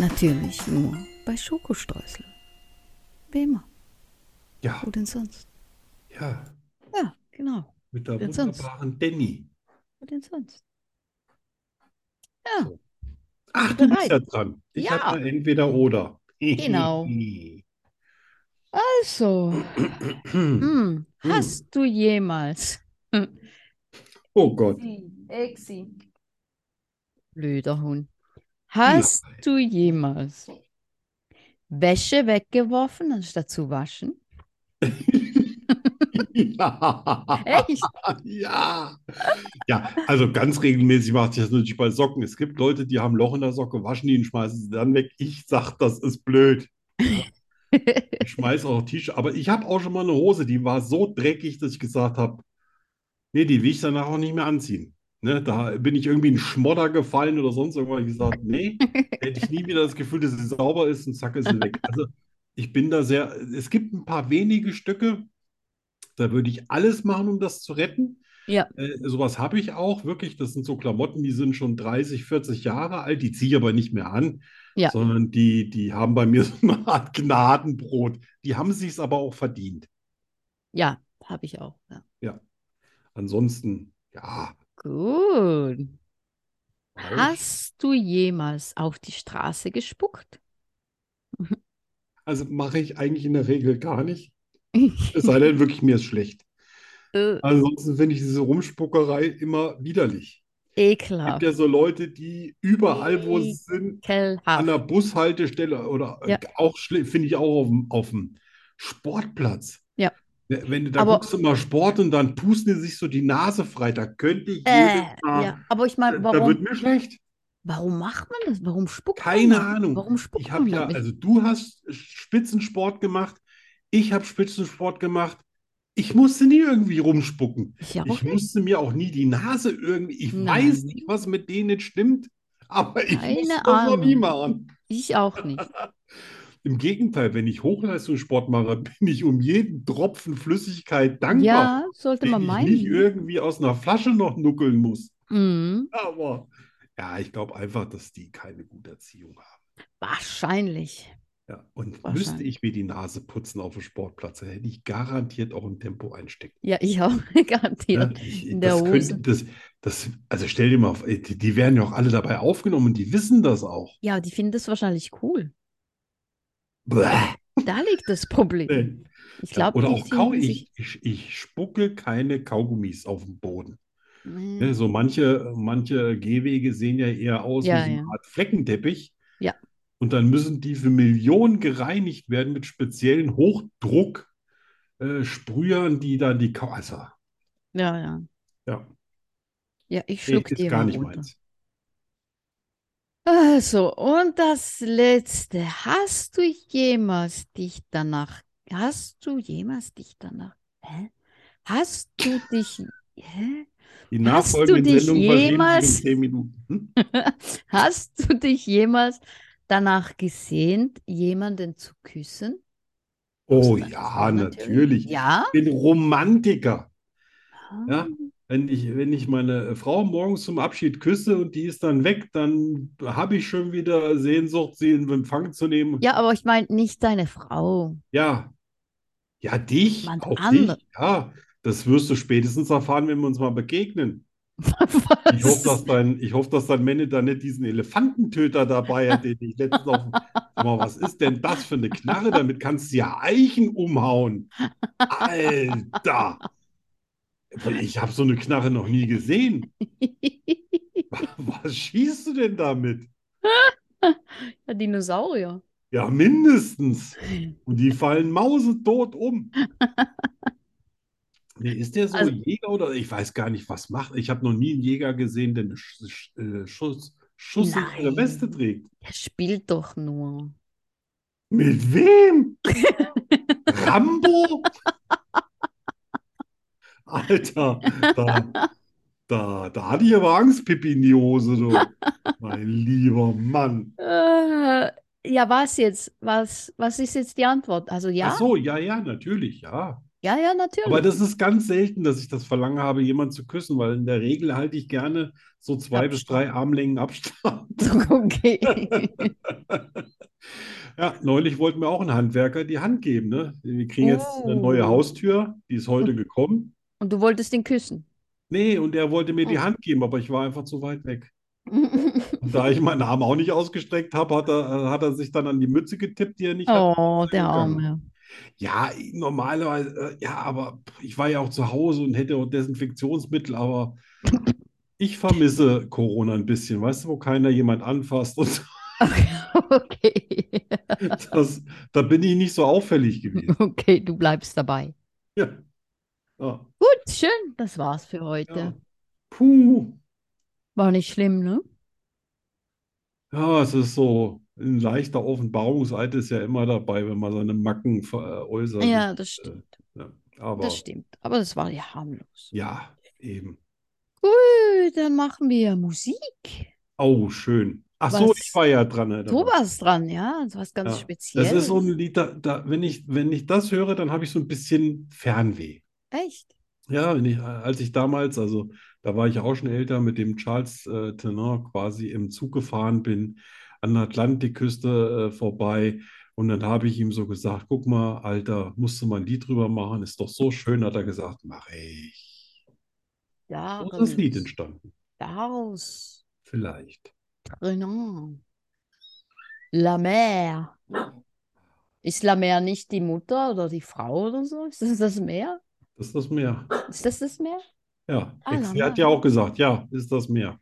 Speaker 3: Natürlich nur bei Schokostreusel. Wie immer.
Speaker 2: Ja,
Speaker 3: Wo denn sonst?
Speaker 2: ja,
Speaker 1: Ja, genau.
Speaker 2: mit der
Speaker 1: Denn sonst?
Speaker 2: wunderbaren Danny.
Speaker 1: Wo denn sonst? Ja,
Speaker 2: Ach, du bist
Speaker 1: Bereit.
Speaker 2: ja dran. Ich
Speaker 1: Ja.
Speaker 2: hatte entweder oder. *laughs* Hm.
Speaker 1: Genau. also, hm, hast du jemals
Speaker 2: Oh Gott.
Speaker 1: *laughs* Exi. Blöder Hund. Hast du jemals Wäsche weggeworfen, anstatt zu waschen?
Speaker 2: Ja.
Speaker 1: Echt?
Speaker 2: Ja. Ja, also ganz regelmäßig mache ich das natürlich bei Socken. Es gibt Leute, die haben ein Loch in der Socke, waschen die und schmeißen sie dann weg. Ich sag, das ist blöd. Ich schmeiß auch T-Shirt. Aber ich habe auch schon mal eine Hose, die war so dreckig, dass ich gesagt habe, nee, die will ich danach auch nicht mehr anziehen. Ne, da bin ich irgendwie in Schmodder gefallen oder sonst irgendwas. Ich gesagt, nee, hätte ich nie wieder das Gefühl, dass sie sauber ist und zack ist sie weg. Also ich bin da sehr, es gibt ein paar wenige Stücke, da würde ich alles machen, um das zu retten.
Speaker 1: Ja.
Speaker 2: Äh, sowas habe ich auch, wirklich. Das sind so Klamotten, die sind schon 30, 40 Jahre alt, die ziehe ich aber nicht mehr an,
Speaker 1: Ja.
Speaker 2: sondern die, die haben bei mir *laughs* so eine Art Gnadenbrot. Die haben sich's aber auch verdient.
Speaker 1: Ja, habe ich auch. Ja.
Speaker 2: Ansonsten, ja,
Speaker 1: Gut.
Speaker 2: Falsch.
Speaker 1: Hast du jemals auf die Straße gespuckt?
Speaker 2: also mache ich eigentlich in der Regel
Speaker 1: *laughs*
Speaker 2: gar nicht. Es sei denn, wirklich, mir ist schlecht.
Speaker 1: Äh,
Speaker 2: Ansonsten finde ich diese Rumspuckerei immer widerlich. Es gibt
Speaker 1: Ekelhaft.
Speaker 2: ja so Leute, die überall, wo sie sind, an
Speaker 1: Ekelhaft.
Speaker 2: der Bushaltestelle oder
Speaker 1: Ah.
Speaker 2: äh,
Speaker 1: Ja.
Speaker 2: auch schli- finde ich auch auf dem, auf dem Sportplatz.
Speaker 1: Ja.
Speaker 2: Wenn wenn du da
Speaker 1: Aber-
Speaker 2: guckst immer Sport und dann pusten die sich so die Nase frei, da könnte ich
Speaker 1: Äh,
Speaker 2: jedes Mal,
Speaker 1: ja, aber ich meine,
Speaker 2: da wird
Speaker 1: warum,
Speaker 2: mir schlecht.
Speaker 1: warum macht man das? Warum spuckt man
Speaker 2: Keine
Speaker 1: da?
Speaker 2: Ahnung.
Speaker 1: Warum spuckt
Speaker 2: Ich
Speaker 1: man
Speaker 2: habe
Speaker 1: da?
Speaker 2: ja,
Speaker 1: Ich-
Speaker 2: also du hast Spitzensport gemacht, ich habe Spitzensport gemacht. Ich musste nie irgendwie rumspucken.
Speaker 1: ich auch
Speaker 2: Ich
Speaker 1: nicht.
Speaker 2: musste mir auch nie die Nase irgendwie, ich
Speaker 1: Nein.
Speaker 2: weiß nicht, was mit denen nicht stimmt, aber ich
Speaker 1: Keine
Speaker 2: musste das noch nie
Speaker 1: Ahnung.
Speaker 2: machen.
Speaker 1: Ich auch
Speaker 2: *laughs*
Speaker 1: nicht.
Speaker 2: Im Gegenteil, wenn ich Hochleistungssport mache, *laughs* bin ich um jeden Tropfen Flüssigkeit dankbar,
Speaker 1: Ja, sollte
Speaker 2: den
Speaker 1: man
Speaker 2: ich
Speaker 1: meinen.
Speaker 2: nicht irgendwie aus einer Flasche noch nuckeln muss.
Speaker 1: Mhm,
Speaker 2: Aber ja, ich glaube einfach, dass die keine gute Erziehung haben.
Speaker 1: wahrscheinlich.
Speaker 2: Ja, und
Speaker 1: Wahrscheinlich.
Speaker 2: müsste ich mir die Nase putzen auf dem Sportplatz, dann hätte ich garantiert auch ein Tempo einstecken.
Speaker 1: Ja, ich *laughs* auch
Speaker 2: Ne?
Speaker 1: garantiert.
Speaker 2: Ich,
Speaker 1: in der
Speaker 2: das
Speaker 1: Hose.
Speaker 2: könnte, das, Das, also stell dir mal auf, ey, die, die werden ja auch alle dabei aufgenommen und die wissen das auch.
Speaker 1: Ja, die finden das wahrscheinlich cool.
Speaker 2: Bäh.
Speaker 1: Da liegt das Problem.
Speaker 2: Nee.
Speaker 1: Ich glaube,
Speaker 2: Oder
Speaker 1: die
Speaker 2: auch Kau.
Speaker 1: finden
Speaker 2: Ich, ich, ich spucke keine Kaugummis auf den Boden.
Speaker 1: Nee.
Speaker 2: Ne, so manche, manche Gehwege sehen ja eher aus
Speaker 1: Mhm. Ja,
Speaker 2: wie so eine
Speaker 1: ja.
Speaker 2: Art Fleckenteppich.
Speaker 1: Ja.
Speaker 2: Und dann müssen die für Millionen gereinigt werden mit speziellen Hochdruck-Sprühern, die dann die Kau. Also,
Speaker 1: Ja, ja.
Speaker 2: ja,
Speaker 1: Ja, ich
Speaker 2: nee,
Speaker 1: schluck
Speaker 2: ist
Speaker 1: die
Speaker 2: gar
Speaker 1: mal
Speaker 2: nicht
Speaker 1: runter.
Speaker 2: meins.
Speaker 1: Also, und das Letzte. Hast du jemals dich danach, hast du jemals dich danach, hä? Hast du dich, hä?
Speaker 2: Die
Speaker 1: Hast du
Speaker 2: nachfolgenden
Speaker 1: dich
Speaker 2: Sendungen verschieben sich in
Speaker 1: jemals-
Speaker 2: zehn Minuten.
Speaker 1: *laughs*
Speaker 2: Hm?
Speaker 1: Hast du dich jemals danach gesehnt, jemanden zu küssen?
Speaker 2: Oh
Speaker 1: Aus deiner
Speaker 2: ja,
Speaker 1: Frau
Speaker 2: Ah, natürlich.
Speaker 1: Ja?
Speaker 2: Ich bin Romantiker. Ja?
Speaker 1: Ah,
Speaker 2: Wenn ich, wenn ich meine Frau morgens zum Abschied küsse und die ist dann weg, dann habe ich schon wieder Sehnsucht, sie in Empfang zu nehmen.
Speaker 1: Ja, aber ich meine nicht deine Frau. *laughs*
Speaker 2: Ja, ja, dich,
Speaker 1: Jemand
Speaker 2: auch
Speaker 1: andere-
Speaker 2: dich, ja. Das wirst du spätestens erfahren, wenn wir uns mal begegnen. Ich hoffe,
Speaker 1: Was?
Speaker 2: dass dein, ich hoffe, dass dein Manager nicht diesen Elefantentöter dabei hat, den ich letztens auf. Sag mal, was ist denn das für eine Knarre? Damit kannst du ja Eichen umhauen. Alter! Ich habe so eine Knarre noch nie gesehen. Was schießt du denn damit?
Speaker 1: Der Dinosaurier.
Speaker 2: Ja,
Speaker 1: *laughs*
Speaker 2: mindestens. Und die fallen mausetot um. Nee, ist der so
Speaker 1: Also-
Speaker 2: Jäger oder ich weiß gar nicht, was macht. Ich habe noch nie einen Jäger gesehen, der eine Sch Sch äh, Schuss schusssichere
Speaker 1: Nein.
Speaker 2: Weste trägt.
Speaker 1: Er spielt doch nur. *laughs*
Speaker 2: Mit wem? Rambo? Alter, da, da, da hatte ich aber Angst, Pipi in die
Speaker 1: *laughs*
Speaker 2: Hose, du. Mein lieber Mann.
Speaker 1: Äh, ja, was jetzt? Was, was ist jetzt die Antwort? Also ja,
Speaker 2: Ach so, ja, ja, natürlich, ja.
Speaker 1: ja, ja, natürlich.
Speaker 2: Aber das ist ganz selten, dass ich das Verlangen habe, jemanden zu küssen, weil in der Regel halte ich gerne so zwei bis drei Armlängen Abstand. *laughs*
Speaker 1: Okay.
Speaker 2: Ja, neulich wollten wir auch einen Handwerker die Hand geben, ne? Wir kriegen jetzt eine neue
Speaker 1: Oh.
Speaker 2: Haustür, die ist heute gekommen.
Speaker 1: Und du wolltest ihn
Speaker 2: *laughs*
Speaker 1: küssen.
Speaker 2: Nee, und er wollte
Speaker 1: Oh.
Speaker 2: mir die Hand geben, aber ich war einfach zu weit weg. Und da ich meinen Arm auch nicht ausgestreckt habe, hat er, äh, hat er sich dann an die Mütze getippt, die er nicht hatte.
Speaker 1: Oh, der
Speaker 2: gegangen.
Speaker 1: Arme.
Speaker 2: Ja, normalerweise, äh, ja, aber ich war ja auch zu Hause und hätte auch Desinfektionsmittel, aber ich vermisse Corona ein bisschen, weißt du, wo keiner jemand anfasst und *laughs*
Speaker 1: Okay.
Speaker 2: das, da bin ich nicht so auffällig gewesen.
Speaker 1: *laughs* Okay, du bleibst dabei.
Speaker 2: Ja. Ja.
Speaker 1: Gut, schön. Das war's für heute.
Speaker 2: Ja. Puh,
Speaker 1: War nicht schlimm, ne?
Speaker 2: ja, es ist so, ein leichter Offenbarungseid ist ja immer dabei, wenn man seine Macken veräußert.
Speaker 1: Ja, das stimmt.
Speaker 2: Ja, Äh, aber
Speaker 1: Das stimmt. Aber das war ja harmlos.
Speaker 2: ja, eben.
Speaker 1: Gut, dann machen wir Musik.
Speaker 2: Oh, schön. Ach so,
Speaker 1: Was?
Speaker 2: ich war ja dran, Alter.
Speaker 1: Du warst dran, ja? Das war ganz
Speaker 2: Ja,
Speaker 1: speziell.
Speaker 2: Das ist so ein Lied, da, da, wenn ich, wenn ich das höre, dann habe ich so ein bisschen Fernweh.
Speaker 1: Echt?
Speaker 2: Ja, wenn ich, als ich damals, also da war ich auch schon älter, mit dem Charles äh, Tenor quasi im Zug gefahren bin, an der Atlantikküste äh, vorbei. Und dann habe ich ihm so gesagt: Guck mal, Alter, musst du mal ein Lied drüber machen, ist doch so schön, hat er gesagt, mach ich.
Speaker 1: Oh
Speaker 2: So ist das Lied entstanden.
Speaker 1: Daraus.
Speaker 2: Vielleicht.
Speaker 1: Renan. La Mer. Ist La Mer nicht die Mutter oder die Frau oder so? Ist das das Meer?
Speaker 2: Das ist das Meer.
Speaker 1: Ist das das Meer?
Speaker 2: Ja,
Speaker 1: Ah,
Speaker 2: Ex- er
Speaker 1: normal.
Speaker 2: hat ja auch gesagt: Ja, ist das Meer.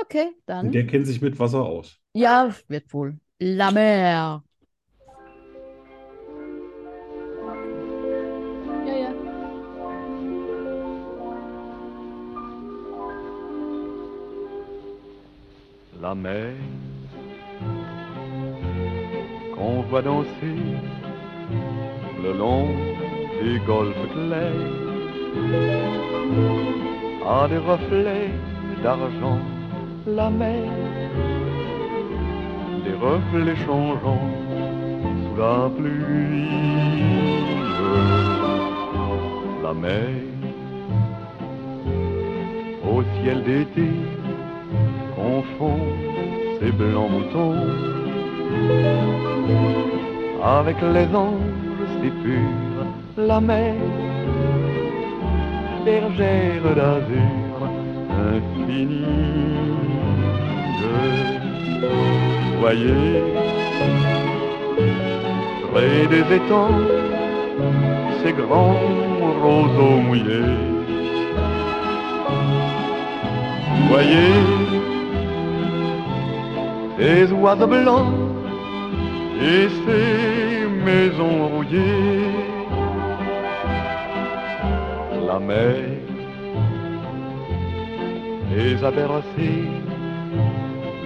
Speaker 1: Okay,
Speaker 2: Und
Speaker 1: dann.
Speaker 2: der kennt sich mit Wasser aus.
Speaker 1: Ja, wird wohl. La Mer. Ja, ja.
Speaker 4: la mer qu'on voit danser le long des golfes clairs à des reflets d'argent la mer des reflets changeants sous la pluie la mer au ciel d'été confond ses blancs moutons avec les anges si purs, la mer, bergère d'azur, l'infini de Voyez, près des étangs, ces grands roseaux mouillés. Voyez, ces oiseaux blancs et ces maisons rouillées. La mer les a bercés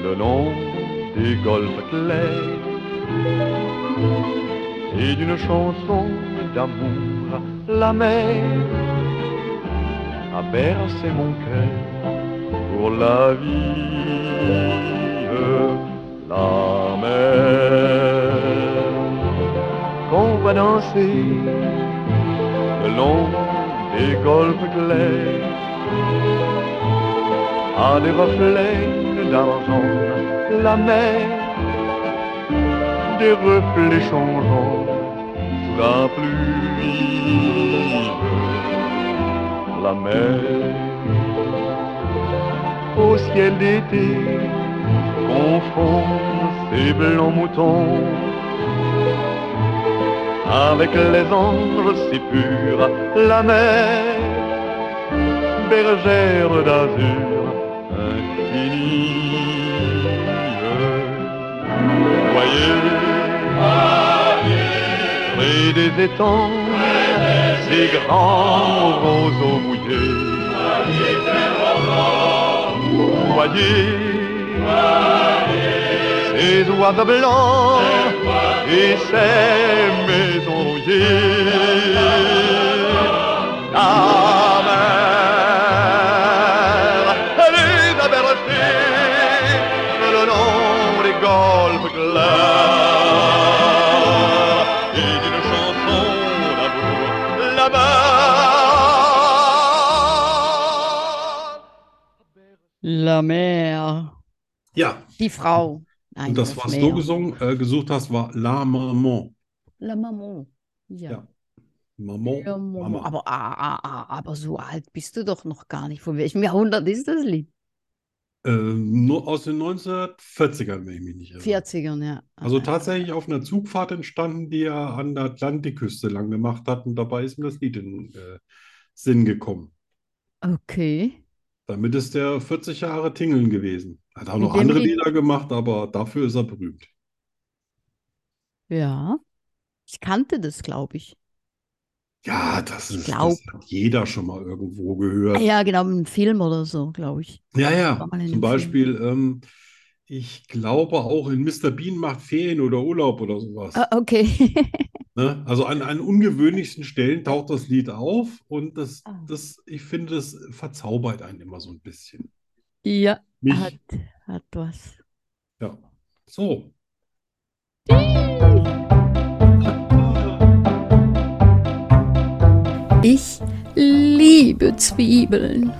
Speaker 4: le long des golfes clairs et d'une chanson d'amour la mer a bercé mon cœur pour la vie la mer qu'on va danser le long des golfes clairs à des reflets d'argent la mer des reflets changeants sous la pluie la mer au ciel d'été confond ses blancs moutons avec les anges si purs la mer bergère d'azur infinie. Voyez, près des étangs, ces grands roseaux mouillés. Voyez, ces oiseaux blancs et ces maisons rouillées. La mer, elle est à bercer le long des golfes clairs et d'une chanson d'amour là-bas.
Speaker 1: La Mer.
Speaker 2: Ja,
Speaker 1: Die Frau. Nein,
Speaker 2: und das,
Speaker 1: das
Speaker 2: was
Speaker 1: Meer.
Speaker 2: du gesungen, äh, gesucht hast, war La Maman.
Speaker 1: La Maman. Ja.
Speaker 2: Ja. Maman,
Speaker 1: Ja, Momo.
Speaker 2: Mama.
Speaker 1: Aber, ah, ah, ah, aber so alt bist du doch noch gar nicht. Von welchem Jahrhundert ist das Lied?
Speaker 2: Ähm, nur aus den 1940ern, wenn ich mich nicht irre.
Speaker 1: 40ern, ja.
Speaker 2: Also tatsächlich auf einer Zugfahrt entstanden, die er an der Atlantikküste lang gemacht hat. Und dabei ist ihm das Lied in den äh, Sinn gekommen.
Speaker 1: Okay.
Speaker 2: Damit ist er 40 Jahre Tingeln gewesen. Hat auch
Speaker 1: Mit
Speaker 2: noch
Speaker 1: dem
Speaker 2: andere
Speaker 1: Lied.
Speaker 2: Lieder gemacht, aber dafür ist er berühmt.
Speaker 1: Ja. Ich kannte das, glaube ich.
Speaker 2: Ja, das ist,
Speaker 1: glaub.
Speaker 2: das hat jeder schon mal irgendwo gehört.
Speaker 1: Ah, ja, genau, im Film oder so, glaube ich.
Speaker 2: Ja, ja,
Speaker 1: War mal in dem
Speaker 2: zum
Speaker 1: Film.
Speaker 2: Beispiel, ähm, ich glaube auch in Mr. Bean macht Ferien oder Urlaub oder sowas.
Speaker 1: Ah, okay. *laughs*
Speaker 2: Ne? Also an, an ungewöhnlichsten Stellen taucht das Lied auf und das,
Speaker 1: Ah.
Speaker 2: das, ich finde, das verzaubert einen immer so ein bisschen.
Speaker 1: ja,
Speaker 2: Mich,
Speaker 1: hat, hat was.
Speaker 2: ja. So.
Speaker 3: Ich liebe Zwiebeln.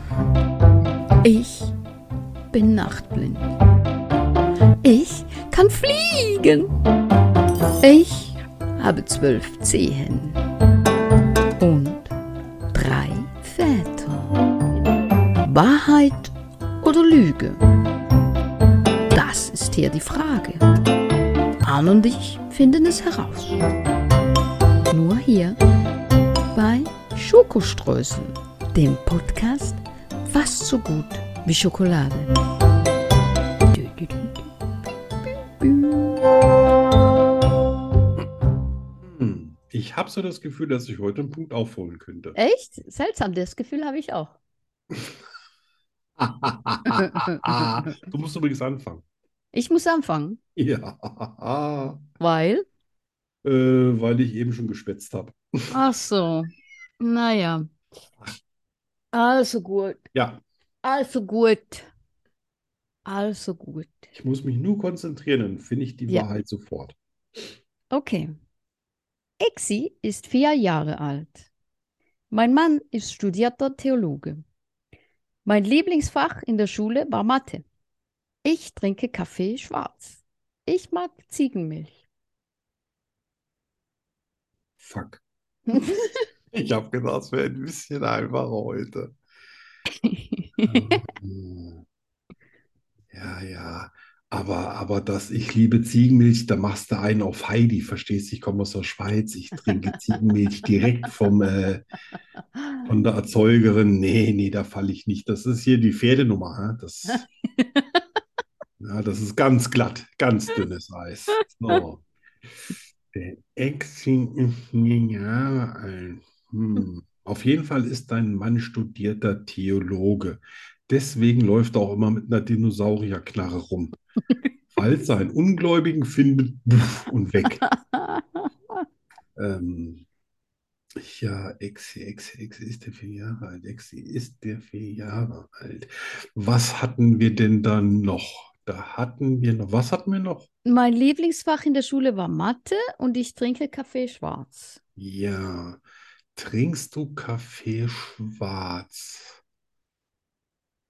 Speaker 3: Ich bin nachtblind. Ich kann fliegen. Ich habe zwölf Zehen und drei Väter. Wahrheit oder Lüge? Das ist hier die Frage. Arne und ich finden es heraus. Nur hier bei Schokoströßen, dem Podcast fast so gut wie Schokolade.
Speaker 2: Hm. Ich habe so das Gefühl, dass ich heute einen Punkt
Speaker 1: *laughs*
Speaker 2: aufholen könnte.
Speaker 1: Echt? Seltsam, das Gefühl habe ich auch.
Speaker 2: Du musst übrigens anfangen.
Speaker 1: Ich muss anfangen,
Speaker 2: Ja. *laughs*
Speaker 1: weil.
Speaker 2: Äh, weil ich eben schon geschwätzt habe.
Speaker 1: Ach so. Naja. Also gut.
Speaker 2: Ja,
Speaker 1: Also gut. Also gut.
Speaker 2: ich muss mich nur konzentrieren, dann finde ich die
Speaker 1: Ja.
Speaker 2: Wahrheit sofort.
Speaker 1: Okay. Exi ist vier Jahre alt. Mein Mann ist studierter Theologe. Mein Lieblingsfach in der Schule war Mathe. Ich trinke Kaffee schwarz. Ich mag Ziegenmilch.
Speaker 2: Fuck. Ich habe gedacht, es wäre ein bisschen einfacher heute. Ähm, Ja, ja. Aber, aber das, ich liebe Ziegenmilch, da machst du einen auf Heidi, verstehst du? Ich komme aus der Schweiz, ich trinke Ziegenmilch direkt vom, äh, von der Erzeugerin. Nee, nee, da falle ich nicht. Das ist hier die Pferdenummer. hä? Das, ja, das ist ganz glatt, ganz dünnes Eis. So. Der Exing ist neun Jahre alt. Hm. Auf jeden Fall ist dein Mann studierter Theologe. Deswegen läuft er auch immer mit einer Dinosaurierknarre rum. Falls er einen Ungläubigen findet, pff, und weg. Ähm, ja, Exi, Exi, Exi ist der vier Jahre alt. Exi ist der vier Jahre alt. Was hatten wir denn dann noch? Da hatten wir noch, was hatten wir noch?
Speaker 1: Mein Lieblingsfach in der Schule war Mathe und ich trinke Kaffee schwarz.
Speaker 2: Ja, trinkst du Kaffee schwarz?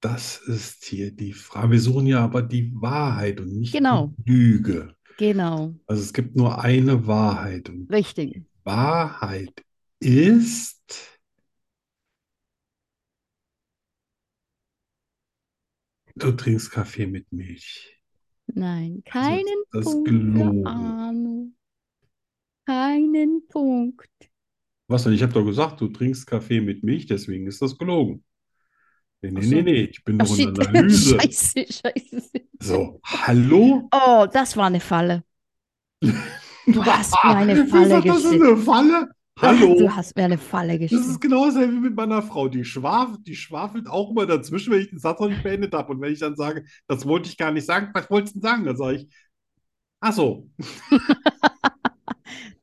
Speaker 2: Das ist hier die Frage. Wir suchen ja aber die Wahrheit und nicht die
Speaker 1: Genau.
Speaker 2: Lüge.
Speaker 1: Genau,
Speaker 2: Also es gibt nur eine Wahrheit und
Speaker 1: richtig.
Speaker 2: Wahrheit ist. Du trinkst Kaffee mit Milch.
Speaker 1: Nein,
Speaker 2: Also ist
Speaker 1: keinen
Speaker 2: das
Speaker 1: Punkt der
Speaker 2: gelogen.
Speaker 1: Armut. Keinen Punkt.
Speaker 2: Was denn? Ich habe doch gesagt, du trinkst Kaffee mit Milch, deswegen ist das gelogen. Nee, nee,
Speaker 1: Ach so.
Speaker 2: nee, nee, ich bin
Speaker 1: Ach,
Speaker 2: doch in
Speaker 1: shit. *laughs*
Speaker 2: der Analyse.
Speaker 1: Scheiße, scheiße.
Speaker 2: So, hallo?
Speaker 1: Oh, das war eine Falle.
Speaker 2: *laughs*
Speaker 1: Du hast mir eine
Speaker 2: Wie
Speaker 1: Falle
Speaker 2: gesagt, Ah, das ist
Speaker 1: geschickt.
Speaker 2: eine Falle? Hallo?
Speaker 1: Du hast mir eine Falle
Speaker 2: Das ist
Speaker 1: geschickt.
Speaker 2: genauso wie mit meiner Frau. Die schwafelt, die schwafelt auch immer dazwischen, wenn ich den Satz noch nicht beendet habe. Und wenn ich dann sage, das wollte ich gar nicht sagen, was wolltest du denn sagen? Dann sage ich, ach so,
Speaker 1: Du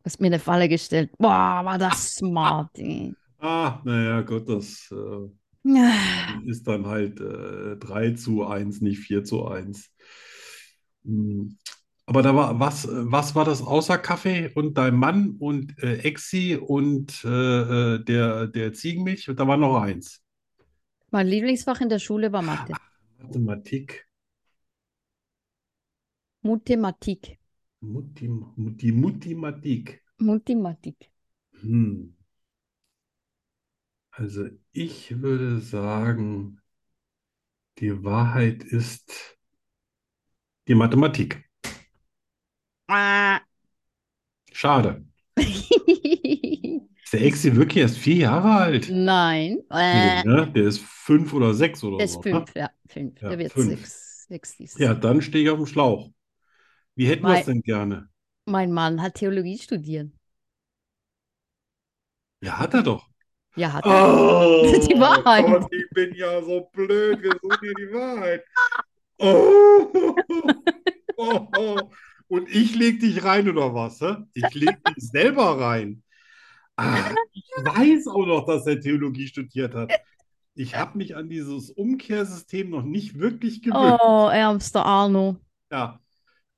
Speaker 1: hast mir eine Falle gestellt. Boah, war das smart. ey.
Speaker 2: ah, naja, Gott, das äh, ist dann halt äh, 3 zu 1, nicht 4 zu 1. Hm. Aber da war, was, äh, was war das außer Kaffee und dein Mann und äh, Exi und äh, äh, der, der Ziegenmilch? Und da war noch eins.
Speaker 1: Mein Lieblingsfach in der Schule war Mathe.
Speaker 2: Mathematik.
Speaker 1: Mathematik.
Speaker 2: Mutti, Mutti, Muttimatik.
Speaker 1: Mathematik.
Speaker 2: Hm. Also ich würde sagen, die Wahrheit ist die Mathematik. Schade. Ist der Exi wirklich erst vier Jahre alt?
Speaker 1: Nein. Äh,
Speaker 2: Nee, ne? Der ist fünf oder sechs oder
Speaker 1: der ist
Speaker 2: so, ne?
Speaker 1: fünf, ja, fünf.
Speaker 2: Ja,
Speaker 1: Der wird
Speaker 2: fünf.
Speaker 1: sechs, sechs dieses
Speaker 2: Ja,
Speaker 1: Jahr.
Speaker 2: dann stehe ich auf dem Schlauch. Wie hätten wir es
Speaker 1: Weil-
Speaker 2: denn gerne?
Speaker 1: Mein Mann hat Theologie studiert.
Speaker 2: Ja, hat er doch.
Speaker 1: Ja, hat er.
Speaker 2: Oh,
Speaker 1: *laughs* Die Wahrheit.
Speaker 2: Gott, ich bin ja so blöd. Wir suchen hier die Wahrheit. Oh, oh, oh. Und ich leg dich rein, oder was? Hä? Ich leg dich selber rein. Ah, ich weiß auch noch, dass er Theologie studiert hat. Ich habe mich an dieses Umkehrsystem noch nicht wirklich gewöhnt.
Speaker 1: Oh, ärmster Arno.
Speaker 2: Ja,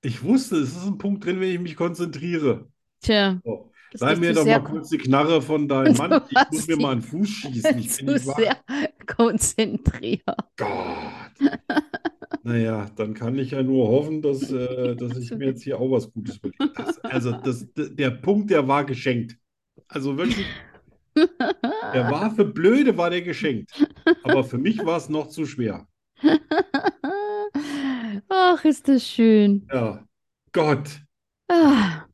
Speaker 2: ich wusste, es ist ein Punkt drin, wenn ich mich konzentriere.
Speaker 1: Tja,
Speaker 2: So.
Speaker 1: das
Speaker 2: Oh. Sei
Speaker 1: ist
Speaker 2: mir
Speaker 1: zu
Speaker 2: doch
Speaker 1: sehr
Speaker 2: mal
Speaker 1: *laughs*
Speaker 2: kurz die Knarre von deinem Mann.
Speaker 1: Du
Speaker 2: Ich
Speaker 1: hast
Speaker 2: muss mir
Speaker 1: die-
Speaker 2: mal einen Fuß schießen. Ich bin
Speaker 1: zu
Speaker 2: nicht wach.
Speaker 1: sehr konzentriert. *laughs*
Speaker 2: Gott. Naja, dann kann ich ja nur hoffen,
Speaker 1: *laughs*
Speaker 2: dass, äh, dass ich mir jetzt hier auch was Gutes überlege. Das, also das, d- der Punkt, der war geschenkt. Also wirklich,
Speaker 1: *laughs*
Speaker 2: der war für Blöde, war der geschenkt. Aber für mich war es noch zu schwer.
Speaker 1: Ach, ist das schön.
Speaker 2: Ja, Gott.
Speaker 1: Ah,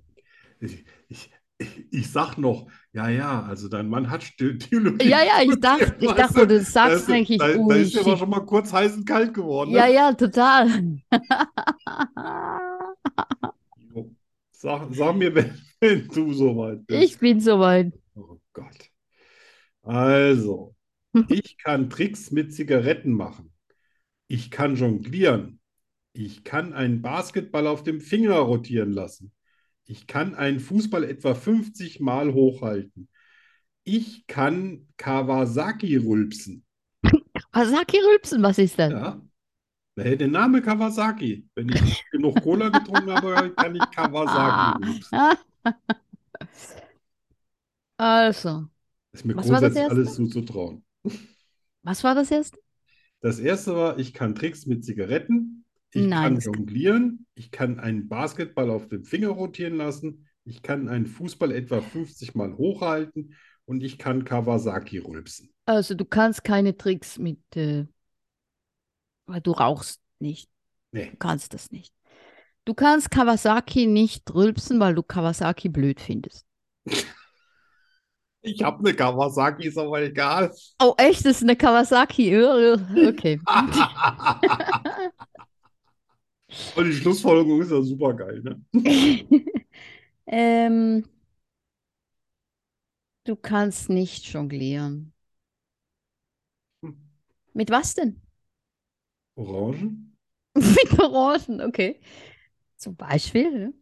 Speaker 2: Ich, ich, ich, ich sag noch, ja, ja, also dein Mann hat Stu- Theologie
Speaker 1: ja, ja, ich dachte, ich
Speaker 2: studiert,
Speaker 1: dachte, wo
Speaker 2: weißt du?
Speaker 1: du
Speaker 2: Da
Speaker 1: sagst,
Speaker 2: ist,
Speaker 1: denke ich,
Speaker 2: da, da
Speaker 1: oh,
Speaker 2: ist ja aber
Speaker 1: shit.
Speaker 2: schon mal kurz heiß und kalt geworden, ne?
Speaker 1: Ja, ja, total.
Speaker 2: *laughs* Jo. Sag, sag mir, wenn, wenn du soweit bist.
Speaker 1: Ich bin soweit.
Speaker 2: Oh Gott. Also,
Speaker 1: Hm.
Speaker 2: ich kann Tricks mit Zigaretten machen. Ich kann jonglieren. Ich kann einen Basketball auf dem Finger rotieren lassen. Ich kann einen Fußball etwa 50 Mal hochhalten. Ich kann Kawasaki rülpsen.
Speaker 1: Kawasaki Rülpsen, was ist das?
Speaker 2: Ja. Daher der Name Kawasaki. Wenn ich genug Cola getrunken habe, kann ich
Speaker 1: Ah.
Speaker 2: Kawasaki rülpsen.
Speaker 1: Also,
Speaker 2: Ist mir
Speaker 1: Was war das
Speaker 2: grundsätzlich
Speaker 1: Erste?
Speaker 2: alles zuzutrauen.
Speaker 1: was war das erste?
Speaker 2: Das erste war, ich kann Tricks mit Zigaretten, ich
Speaker 1: Nein,
Speaker 2: kann
Speaker 1: das-
Speaker 2: jonglieren, ich kann einen Basketball auf dem Finger rotieren lassen, ich kann einen Fußball etwa 50 Mal hochhalten und ich kann Kawasaki rülpsen.
Speaker 1: Also, du kannst keine Tricks mit äh, weil du rauchst nicht.
Speaker 2: Nee.
Speaker 1: Du kannst das nicht. Du kannst Kawasaki nicht rülpsen, weil du Kawasaki blöd findest.
Speaker 2: Ich habe eine Kawasaki, ist
Speaker 1: *laughs*
Speaker 2: aber egal.
Speaker 1: Oh, echt? Das ist eine Kawasaki. Äh, Okay.
Speaker 2: Und die Schlussfolgerung ist ja super geil, ne?
Speaker 1: *laughs* ähm, du kannst nicht jonglieren.
Speaker 2: Hm.
Speaker 1: Mit was denn?
Speaker 2: Orangen
Speaker 1: *laughs* Mit Orangen, okay. Zum Beispiel. Ne?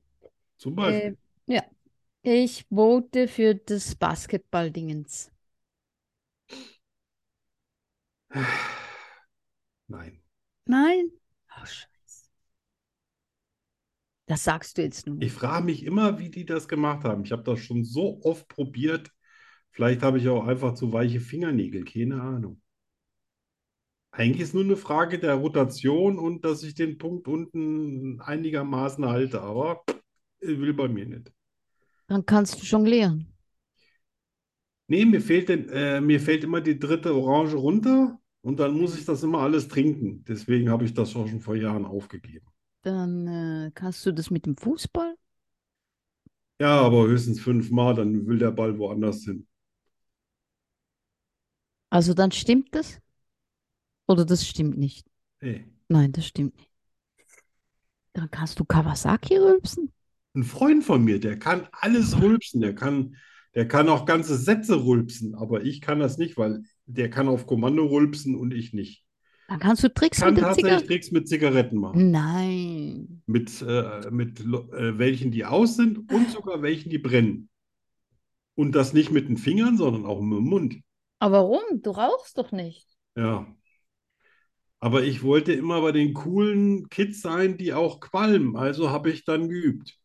Speaker 2: zum Beispiel.
Speaker 1: Ähm, ja. Ich vote für das Basketball-Dingens.
Speaker 2: Nein.
Speaker 1: Nein. Oh, Scheiße. Das sagst du jetzt nur.
Speaker 2: Ich frage mich immer, wie die das gemacht haben. Ich habe das schon so oft probiert. Vielleicht habe ich auch einfach zu weiche Fingernägel, keine Ahnung. Eigentlich ist nur eine Frage der Rotation und dass ich den Punkt unten einigermaßen halte, aber will bei mir nicht.
Speaker 1: Dann kannst du jonglieren.
Speaker 2: Nee, mir fehlt denn, äh, mir fällt immer die dritte Orange runter und dann muss ich das immer alles trinken. Deswegen habe ich das auch schon vor Jahren aufgegeben.
Speaker 1: Dann äh, kannst du das mit dem Fußball.
Speaker 2: Ja, aber höchstens fünfmal, dann will der Ball woanders hin.
Speaker 1: Also dann stimmt das? Oder das stimmt nicht?
Speaker 2: Ey,
Speaker 1: Nein, das stimmt nicht. Dann kannst du Kawasaki rülpsen?
Speaker 2: ein Freund von mir, der kann alles rülpsen, der kann, der kann auch ganze Sätze rülpsen, aber ich kann das nicht, weil der kann auf Kommando rülpsen und ich nicht.
Speaker 1: Dann kannst du Tricks
Speaker 2: Kann
Speaker 1: mit der
Speaker 2: tatsächlich
Speaker 1: Zigarette.
Speaker 2: Tricks mit Zigaretten
Speaker 1: Hm.
Speaker 2: machen.
Speaker 1: Nein.
Speaker 2: Mit, äh, mit Lo- äh, welchen, die aus sind und sogar welchen, die brennen. Und das nicht mit den Fingern, sondern auch mit dem Mund.
Speaker 1: Aber warum? Du rauchst doch nicht.
Speaker 2: Ja. Aber ich wollte immer bei den coolen Kids sein, die auch qualmen. Also habe ich dann geübt.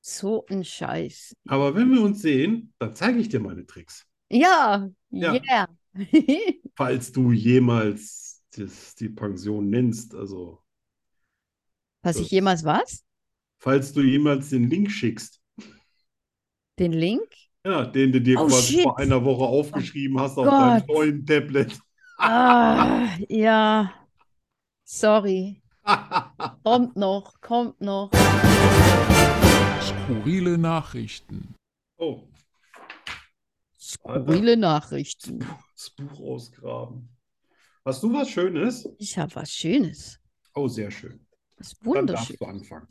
Speaker 1: So ein Scheiß.
Speaker 2: Aber wenn wir uns sehen, dann zeige ich dir meine Tricks.
Speaker 1: Ja,
Speaker 2: Ja.
Speaker 1: yeah. *laughs*
Speaker 2: falls du jemals das, die Pension nennst, also
Speaker 1: Was ich jemals was?
Speaker 2: falls du jemals den Link schickst,
Speaker 1: Den
Speaker 2: *laughs*
Speaker 1: Link?
Speaker 2: ja, den du dir
Speaker 1: Oh,
Speaker 2: quasi
Speaker 1: shit.
Speaker 2: vor einer Woche aufgeschrieben hast auf
Speaker 1: Gott.
Speaker 2: deinem neuen Tablet. *laughs*
Speaker 1: Ah, ja. Sorry. Kommt noch, kommt noch.
Speaker 5: Skurrile Nachrichten.
Speaker 2: oh,
Speaker 1: Skurrile Nachrichten.
Speaker 2: das Buch ausgraben. Hast du was Schönes?
Speaker 1: Ich habe was Schönes.
Speaker 2: Oh, sehr schön.
Speaker 1: Das ist
Speaker 2: Dann darfst
Speaker 1: wunderschön.
Speaker 2: du anfangen.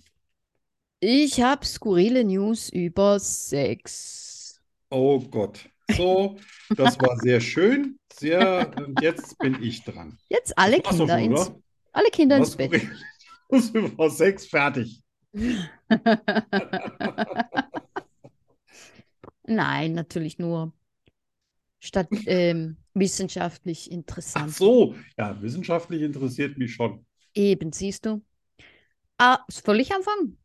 Speaker 1: Ich habe skurrile News über Sex.
Speaker 2: Oh Gott. So, das war sehr schön. Sehr, und jetzt bin ich dran.
Speaker 1: Jetzt alle
Speaker 2: War's doch
Speaker 1: Kinder
Speaker 2: schon,
Speaker 1: ins,
Speaker 2: oder?
Speaker 1: alle Kinder ins
Speaker 2: Was
Speaker 1: Bett.
Speaker 2: *laughs* bringt- Das ist über sechs fertig.
Speaker 1: Nein, natürlich nur
Speaker 2: *laughs*
Speaker 1: statt ähm, wissenschaftlich interessant.
Speaker 2: Ach so, ja, wissenschaftlich interessiert mich schon.
Speaker 1: Eben, siehst du. Ah, soll ich anfangen?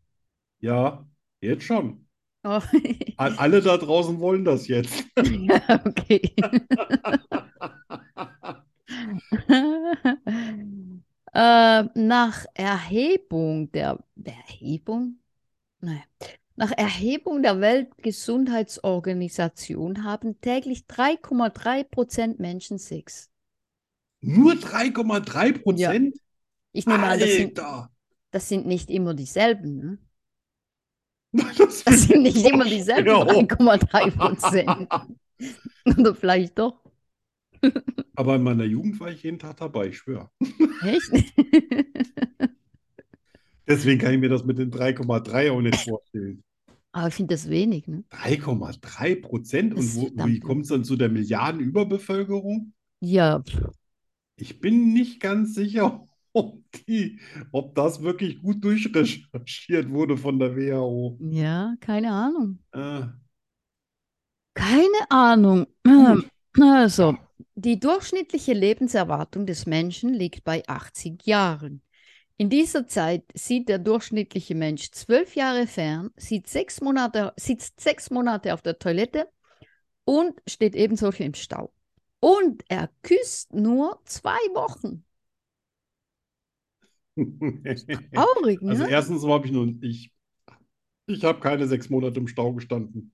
Speaker 2: Ja, jetzt schon.
Speaker 1: Oh. *laughs*
Speaker 2: An alle da draußen wollen das jetzt.
Speaker 1: *laughs*
Speaker 2: *laughs*
Speaker 1: okay. äh, nach Erhebung der, der Erhebung? Nein. Nach Erhebung der Weltgesundheitsorganisation haben täglich 3,3 Prozent Menschen Sex.
Speaker 2: Nur 3,3 Prozent?
Speaker 1: Ich nehme an, das sind,
Speaker 2: Alter!
Speaker 1: das sind nicht immer dieselben. Ne?
Speaker 2: Das
Speaker 1: Das sind
Speaker 2: finde
Speaker 1: nicht
Speaker 2: ich
Speaker 1: immer
Speaker 2: so
Speaker 1: dieselben
Speaker 2: schwer.
Speaker 1: 3,3 Prozent. Oder vielleicht doch.
Speaker 2: Aber in meiner Jugend war ich jeden Tag dabei, ich schwöre.
Speaker 1: Echt? *laughs*
Speaker 2: Deswegen kann ich mir das mit den 3,3 auch nicht vorstellen.
Speaker 1: Aber ich finde das wenig, ne?
Speaker 2: 3,3 Prozent?
Speaker 1: Das
Speaker 2: Und
Speaker 1: ist
Speaker 2: wo,
Speaker 1: verdammt
Speaker 2: wie kommt es dann zu der Milliardenüberbevölkerung?
Speaker 1: Ja, pff,
Speaker 2: Ich bin nicht ganz sicher, *laughs* ob, die, ob das wirklich gut durchrecherchiert wurde von der WHO.
Speaker 1: ja, keine Ahnung.
Speaker 2: Äh,
Speaker 1: *laughs* Keine Ahnung. Ähm, *clears throat* Also, die durchschnittliche Lebenserwartung des Menschen liegt bei 80 Jahren. In dieser Zeit sieht der durchschnittliche Mensch zwölf Jahre fern, sieht sechs Monate, sitzt sechs Monate auf der Toilette und steht ebenso viel im Stau. Und er küsst nur zwei Wochen. Traurig,
Speaker 2: Also
Speaker 1: ne?
Speaker 2: erstens mal habe ich nun, ich, ich habe keine sechs Monate im Stau gestanden.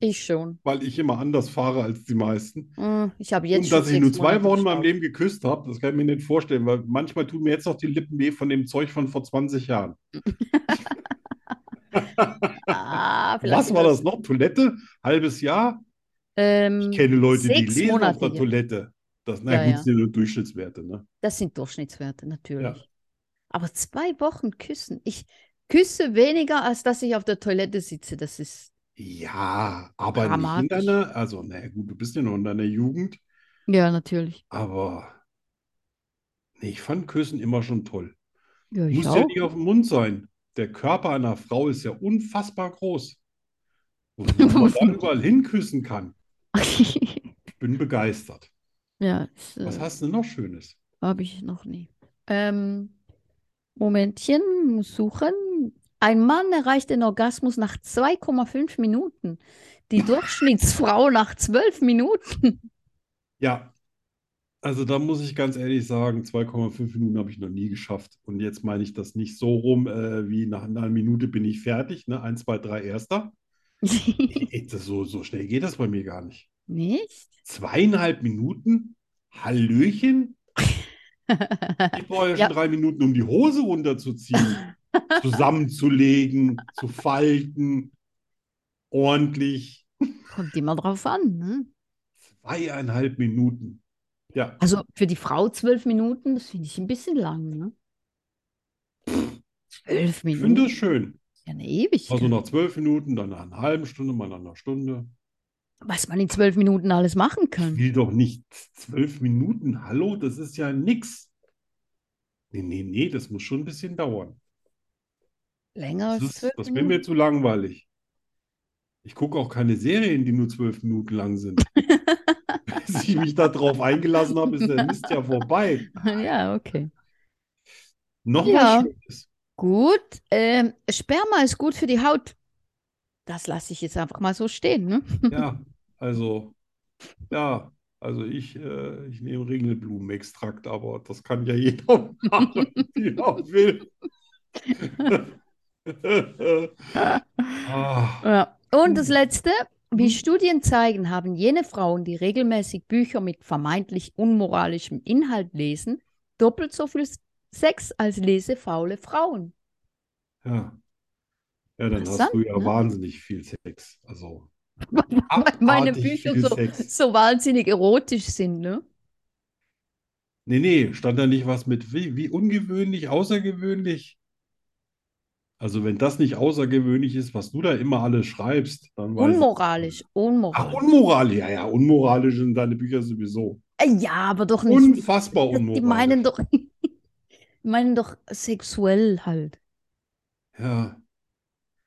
Speaker 1: Ich schon.
Speaker 2: weil ich immer anders fahre als die meisten.
Speaker 1: Mm, Ich habe jetzt
Speaker 2: Und
Speaker 1: schon
Speaker 2: dass ich nur
Speaker 1: sechs
Speaker 2: zwei
Speaker 1: Monate
Speaker 2: Wochen in meinem
Speaker 1: Stau.
Speaker 2: Leben geküsst habe, das kann ich mir nicht vorstellen, weil manchmal tun mir jetzt noch die Lippen weh von dem Zeug von vor 20 Jahren. *laughs*
Speaker 1: Ah,
Speaker 2: Was
Speaker 1: vielleicht
Speaker 2: war
Speaker 1: ist
Speaker 2: das noch? Toilette? Halbes Jahr? Ich
Speaker 1: Ähm,
Speaker 2: kenne Leute, die
Speaker 1: sechs
Speaker 2: lesen auf
Speaker 1: Monate
Speaker 2: der
Speaker 1: hier.
Speaker 2: Toilette. Das, na
Speaker 1: Ja,
Speaker 2: gut,
Speaker 1: ja.
Speaker 2: sind nur Durchschnittswerte, ne?
Speaker 1: Das sind Durchschnittswerte, natürlich. Aber zwei Wochen küssen. Ich küsse weniger, als dass ich auf der Toilette sitze. Das ist.
Speaker 2: Ja, aber nicht in
Speaker 1: Dramatisch.
Speaker 2: deiner, also na ja, gut, du bist ja noch in deiner Jugend,
Speaker 1: Ja, natürlich.
Speaker 2: aber nee, ich fand Küssen immer schon toll.
Speaker 1: Ja, ich
Speaker 2: Muss ja
Speaker 1: auch. *laughs*
Speaker 2: nicht auf dem Mund sein. Der Körper einer Frau ist ja unfassbar groß.
Speaker 1: *laughs*
Speaker 2: Und wenn man da überall hinküssen kann, ich bin begeistert.
Speaker 1: Ja, ist, äh,
Speaker 2: Was hast du denn noch Schönes?
Speaker 1: habe ich noch nie. Ähm, Momentchen, muss suchen. Ein Mann erreicht den Orgasmus nach 2,5 Minuten. Die Durchschnittsfrau nach 12 Minuten. *laughs*
Speaker 2: Ja, also da muss ich ganz ehrlich sagen, 2,5 Minuten habe ich noch nie geschafft. Und jetzt meine ich das nicht so rum, äh, wie nach einer Minute bin ich fertig, ne? 1, 2, 3, erster. Ey, das, so, so schnell geht das bei mir gar nicht.
Speaker 1: Nicht?
Speaker 2: Zweieinhalb Minuten? Hallöchen? Ich brauche ja schon
Speaker 1: Ja.
Speaker 2: drei Minuten, um die Hose runterzuziehen, zusammenzulegen, zu falten, ordentlich.
Speaker 1: Kommt immer drauf an, ne?
Speaker 2: Zweieinhalb Minuten. Ja,
Speaker 1: Also für die Frau zwölf Minuten, das finde ich ein bisschen lang, ne? Zwölf
Speaker 2: ich finde
Speaker 1: Minuten,
Speaker 2: das schön.
Speaker 1: ja eine Ewigkeit.
Speaker 2: Also nach zwölf Minuten, dann nach einer halben Stunde, mal nach einer Stunde.
Speaker 1: Was man in zwölf Minuten alles machen
Speaker 2: Ich
Speaker 1: kann.
Speaker 2: will doch nicht zwölf Minuten. Hallo, das ist ja nix. Nee, nee, nee, das muss schon ein bisschen dauern.
Speaker 1: Länger
Speaker 2: Das
Speaker 1: als
Speaker 2: ist,
Speaker 1: zwölf
Speaker 2: das wäre
Speaker 1: Minuten.
Speaker 2: mir zu langweilig. Ich gucke auch keine Serien, die nur zwölf Minuten
Speaker 1: *laughs*
Speaker 2: lang sind. Bis ich mich darauf eingelassen habe, ist der Mist ja vorbei.
Speaker 1: *laughs* Ja, okay.
Speaker 2: Noch
Speaker 1: Ja.
Speaker 2: was Schönes.
Speaker 1: Gut. Ähm, Sperma ist gut für die Haut. Das lasse ich jetzt einfach mal so stehen, ne?
Speaker 2: Ja, also, ja, also ich, äh, ich nehme Ringelblumenextrakt, aber das kann ja jeder *laughs* machen, wie er
Speaker 1: *laughs*
Speaker 2: will. *laughs* Ah.
Speaker 1: Ja. Und das
Speaker 2: Hm.
Speaker 1: Letzte. Wie Studien zeigen, haben jene Frauen, die regelmäßig Bücher mit vermeintlich unmoralischem Inhalt lesen, doppelt so viel Sex als lesefaule Frauen.
Speaker 2: Ja. Ja, dann hast
Speaker 1: Interessant,
Speaker 2: du ja
Speaker 1: ne?
Speaker 2: wahnsinnig viel Sex. Also
Speaker 1: Weil *laughs* meine
Speaker 2: abartig
Speaker 1: Bücher
Speaker 2: viel
Speaker 1: so,
Speaker 2: Sex.
Speaker 1: so wahnsinnig erotisch sind, ne?
Speaker 2: Nee, nee, stand da nicht was mit wie, wie ungewöhnlich, außergewöhnlich? Also, wenn das nicht außergewöhnlich ist, was du da immer alles schreibst, dann weiß ich.
Speaker 1: Unmoralisch,
Speaker 2: Ach,
Speaker 1: unmoralisch.
Speaker 2: unmoralisch, ja, ja, unmoralisch sind deine Bücher sowieso.
Speaker 1: Äh, ja, aber doch nicht.
Speaker 2: Unfassbar
Speaker 1: die, die meinen
Speaker 2: unmoralisch.
Speaker 1: doch, *laughs* die meinen doch sexuell halt.
Speaker 2: Ja,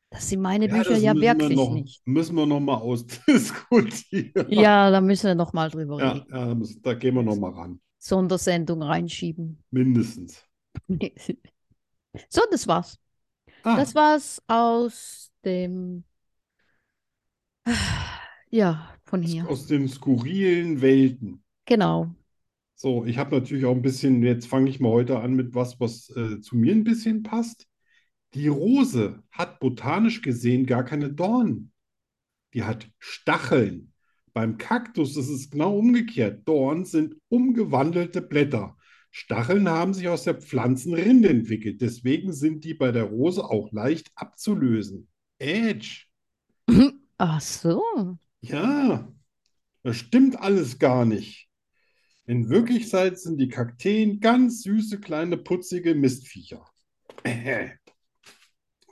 Speaker 1: Das sind meine
Speaker 2: ja,
Speaker 1: Bücher
Speaker 2: das
Speaker 1: ja
Speaker 2: müssen wir
Speaker 1: wirklich
Speaker 2: noch,
Speaker 1: nicht.
Speaker 2: müssen wir noch mal ausdiskutieren.
Speaker 1: Ja, da müssen wir noch mal drüber
Speaker 2: Ja, ja,
Speaker 1: reden.
Speaker 2: da müssen- da gehen wir noch mal ran.
Speaker 1: Sondersendung reinschieben. *laughs*
Speaker 2: Mindestens.
Speaker 1: So, das war's.
Speaker 2: Ah,
Speaker 1: Das war's aus dem, *sighs* ja, von hier.
Speaker 2: aus den skurrilen Welten.
Speaker 1: Genau.
Speaker 2: So, ich habe natürlich auch ein bisschen, jetzt fange ich mal heute an mit was, was äh, zu mir ein bisschen passt. Die Rose hat botanisch gesehen gar keine Dornen. Die hat Stacheln. Beim Kaktus ist es genau umgekehrt. Dornen sind umgewandelte Blätter. Stacheln haben sich aus der Pflanzenrinde entwickelt. Deswegen sind die bei der Rose auch leicht abzulösen. Edge.
Speaker 1: Ach so.
Speaker 2: Ja, das stimmt alles gar nicht. In Wirklichkeit sind die Kakteen ganz süße, kleine, putzige Mistviecher. Ich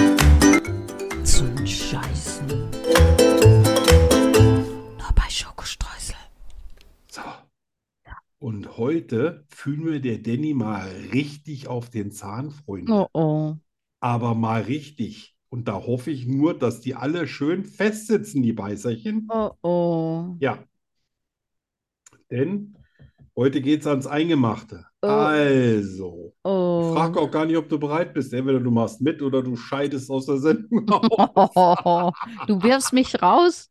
Speaker 3: Zum Scheißen. Nur bei Schokostreusel.
Speaker 2: So. Und heute fühlen wir der Danny mal richtig auf den Zahn, Freunde.
Speaker 1: Oh oh.
Speaker 2: Aber mal richtig. Und da hoffe ich nur, dass die alle schön festsitzen, die Beißerchen.
Speaker 1: Oh oh.
Speaker 2: Ja. Denn heute geht's ans Eingemachte.
Speaker 1: Oh.
Speaker 2: Also. Ich
Speaker 1: Oh.
Speaker 2: frage auch gar nicht, ob du bereit bist. Entweder du machst mit oder du scheidest aus der Sendung *laughs* aus.
Speaker 1: Oh, *laughs* du wirfst mich raus?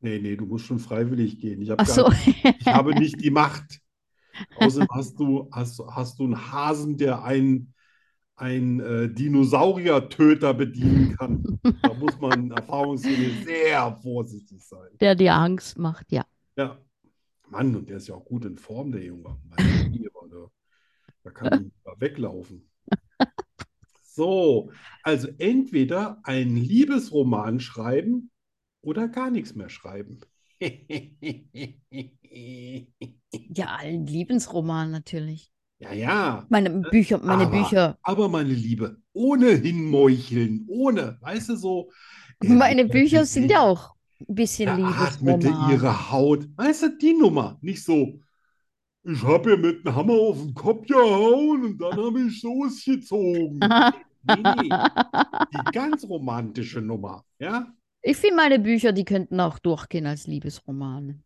Speaker 2: Nee, nee, du musst schon freiwillig gehen. Ich habe
Speaker 1: Ach so. *laughs*
Speaker 2: gar, ich habe nicht die Macht. Außerdem hast du, hast, hast du einen Hasen, der einen, einen äh, Dinosauriertöter bedienen kann. Da muss man erfahrungsgemäß sehr vorsichtig sein.
Speaker 1: Der dir Angst macht, ja.
Speaker 2: Ja. Mann, und der ist ja auch gut in Form, der Junge. Meine Liebe, da- Da kann ich mal weglaufen. So, also entweder einen Liebesroman schreiben oder gar nichts mehr schreiben.
Speaker 1: Ja, ein Liebensroman natürlich.
Speaker 2: Ja, ja,
Speaker 1: Meine Bücher, meine
Speaker 2: Äh, aber-
Speaker 1: Bücher.
Speaker 2: aber meine Liebe, ohne hinmeucheln, ohne, weißt du, so. er
Speaker 1: *laughs* Meine
Speaker 2: liebt
Speaker 1: Bücher
Speaker 2: dich,
Speaker 1: sind ja auch ein bisschen
Speaker 2: er atmete
Speaker 1: Liebesroman.
Speaker 2: ihre Haut. Weißt du, die Nummer, nicht so. Ich habe ihr mit einem Hammer auf den Kopf gehauen und dann habe ich Soße gezogen. Nee, nee, die ganz romantische Nummer, ja?
Speaker 1: *laughs* Ich *laughs* finde, meine Bücher, die könnten auch durchgehen als Liebesromane.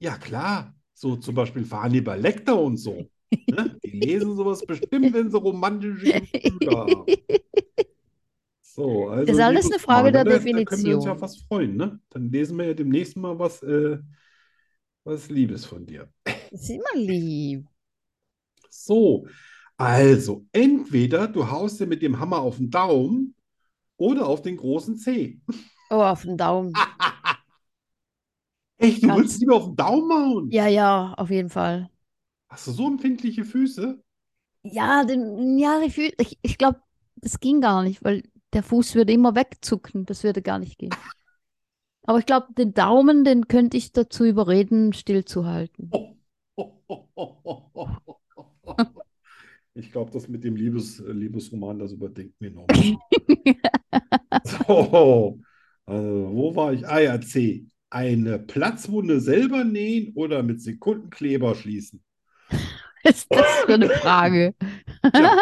Speaker 2: Ja, klar. So zum Beispiel für Hannibal Lecter und so. Ne? Die lesen sowas bestimmt, wenn sie romantische Gefühle haben. So, also
Speaker 1: Das ist alles
Speaker 2: liebe
Speaker 1: eine Frage der
Speaker 2: Freunde, Da können wir uns ja
Speaker 1: Definition.
Speaker 2: fast freuen, ne? Dann lesen wir ja demnächst mal was, äh, was Liebes von dir.
Speaker 1: Das ist immer lieb.
Speaker 2: So, also entweder du haust dir mit dem Hammer auf den Daumen oder auf den großen Zeh.
Speaker 1: Oh, auf den Daumen.
Speaker 2: Ah. Echt, du
Speaker 1: Ganz-
Speaker 2: willst lieber auf den Daumen hauen?
Speaker 1: Ja, ja, auf jeden Fall.
Speaker 2: Hast du so empfindliche Füße? *laughs*
Speaker 1: Ja, den, ja, die Fü- ich, ich glaube, das ging gar nicht, weil der Fuß würde immer wegzucken. Das würde gar nicht gehen. Aber ich glaube, den Daumen, den könnte ich dazu überreden, stillzuhalten. *laughs*
Speaker 2: Ich glaube, das mit dem Liebes, Liebesroman, das überdenkt mir nochmal.
Speaker 1: *laughs*
Speaker 2: So, also, wo war ich? Ah ja, C. Eine Platzwunde selber nähen oder mit Sekundenkleber schließen?
Speaker 1: Was ist das für eine Frage?
Speaker 2: Tja,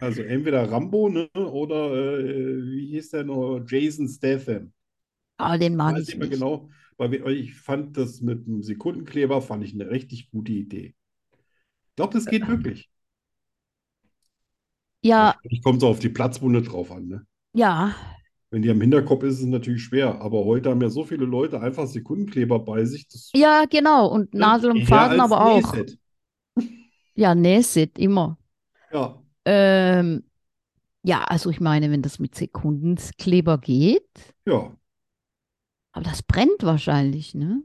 Speaker 2: also entweder Rambo, ne, oder äh, wie hieß der noch? Jason Statham.
Speaker 1: Aber den mag
Speaker 2: Weiß
Speaker 1: ich
Speaker 2: nicht mehr
Speaker 1: nicht.
Speaker 2: genau, weil wir- ich fand das mit dem Sekundenkleber, fand ich eine richtig gute Idee. Ich glaube, das geht wirklich. genau.
Speaker 1: Ja,
Speaker 2: Ich komme so auf die Platzwunde drauf an, ne?
Speaker 1: ja.
Speaker 2: Wenn die am Hinterkopf ist, ist es natürlich schwer. Aber heute haben ja so viele Leute einfach Sekundenkleber bei sich. Das ne,
Speaker 1: Ja, genau. Und Nadel und
Speaker 2: eher
Speaker 1: Faden
Speaker 2: als
Speaker 1: aber auch.
Speaker 2: Nähset.
Speaker 1: Ja, Näsit, immer.
Speaker 2: Ja,
Speaker 1: Ähm, ja, also ich meine, wenn das mit Sekundenkleber geht,
Speaker 2: ja.
Speaker 1: aber das brennt wahrscheinlich, ne?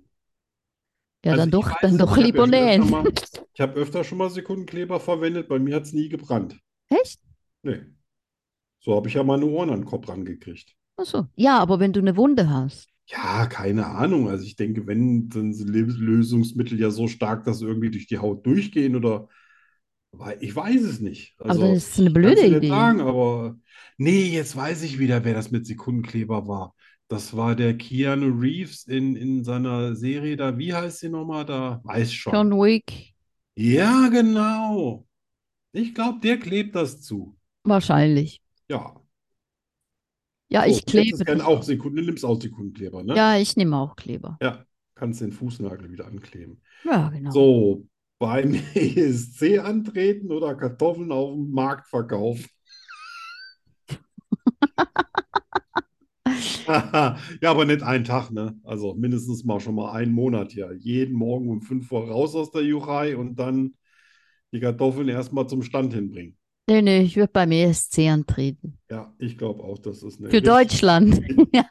Speaker 1: Ja,
Speaker 2: Also
Speaker 1: dann
Speaker 2: ich
Speaker 1: doch,
Speaker 2: weiß
Speaker 1: dann
Speaker 2: es,
Speaker 1: doch
Speaker 2: ich hab
Speaker 1: lieber
Speaker 2: ja schon
Speaker 1: nähen.
Speaker 2: öfter mal- ich habe öfter schon mal Sekundenkleber verwendet. Bei mir hat es nie gebrannt.
Speaker 1: *laughs* Echt?
Speaker 2: Nee. So habe ich ja meine Ohren an den Kopf rangekriegt.
Speaker 1: Ach so. Ja, aber wenn du eine Wunde hast.
Speaker 2: Ja, keine Ahnung. Also ich denke, wenn, dann sind Lebens- Lösungsmittel ja so stark, dass sie irgendwie durch die Haut durchgehen oder Wei- ich weiß es nicht.
Speaker 1: Aber
Speaker 2: Also
Speaker 1: dann ist es eine
Speaker 2: ich kann's dir
Speaker 1: blöde
Speaker 2: nicht
Speaker 1: Idee.
Speaker 2: sagen, aber nee, jetzt weiß ich wieder, wer das mit Sekundenkleber war. Das war der Keanu Reeves in, in seiner Serie da. Wie heißt sie nochmal da? Weiß schon.
Speaker 1: John Wick,
Speaker 2: Ja, genau. Ich glaube, der klebt das zu.
Speaker 1: wahrscheinlich.
Speaker 2: Ja.
Speaker 1: Ja,
Speaker 2: So,
Speaker 1: ich
Speaker 2: du nimmst
Speaker 1: klebe
Speaker 2: gern
Speaker 1: das.
Speaker 2: auch Sekunden, nimmst auch Sekundenkleber, ne?
Speaker 1: Ja, ich nehme auch Kleber.
Speaker 2: Ja, kannst den Fußnagel wieder ankleben.
Speaker 1: Ja, genau.
Speaker 2: So, *laughs* beim ESC antreten oder Kartoffeln auf dem Markt
Speaker 1: *laughs*
Speaker 2: verkaufen? *laughs* Ja, aber nicht einen Tag, ne? Also mindestens mal schon mal einen Monat hier. Jeden Morgen um 5 Uhr raus aus der Juchei und dann die Kartoffeln erstmal zum Stand hinbringen.
Speaker 1: Nee, nee, ich würde beim ESC antreten.
Speaker 2: Ja, ich glaube auch, das ist eine
Speaker 1: Für
Speaker 2: richtig,
Speaker 1: Deutschland.
Speaker 2: *laughs*
Speaker 1: *laughs*
Speaker 2: richtig,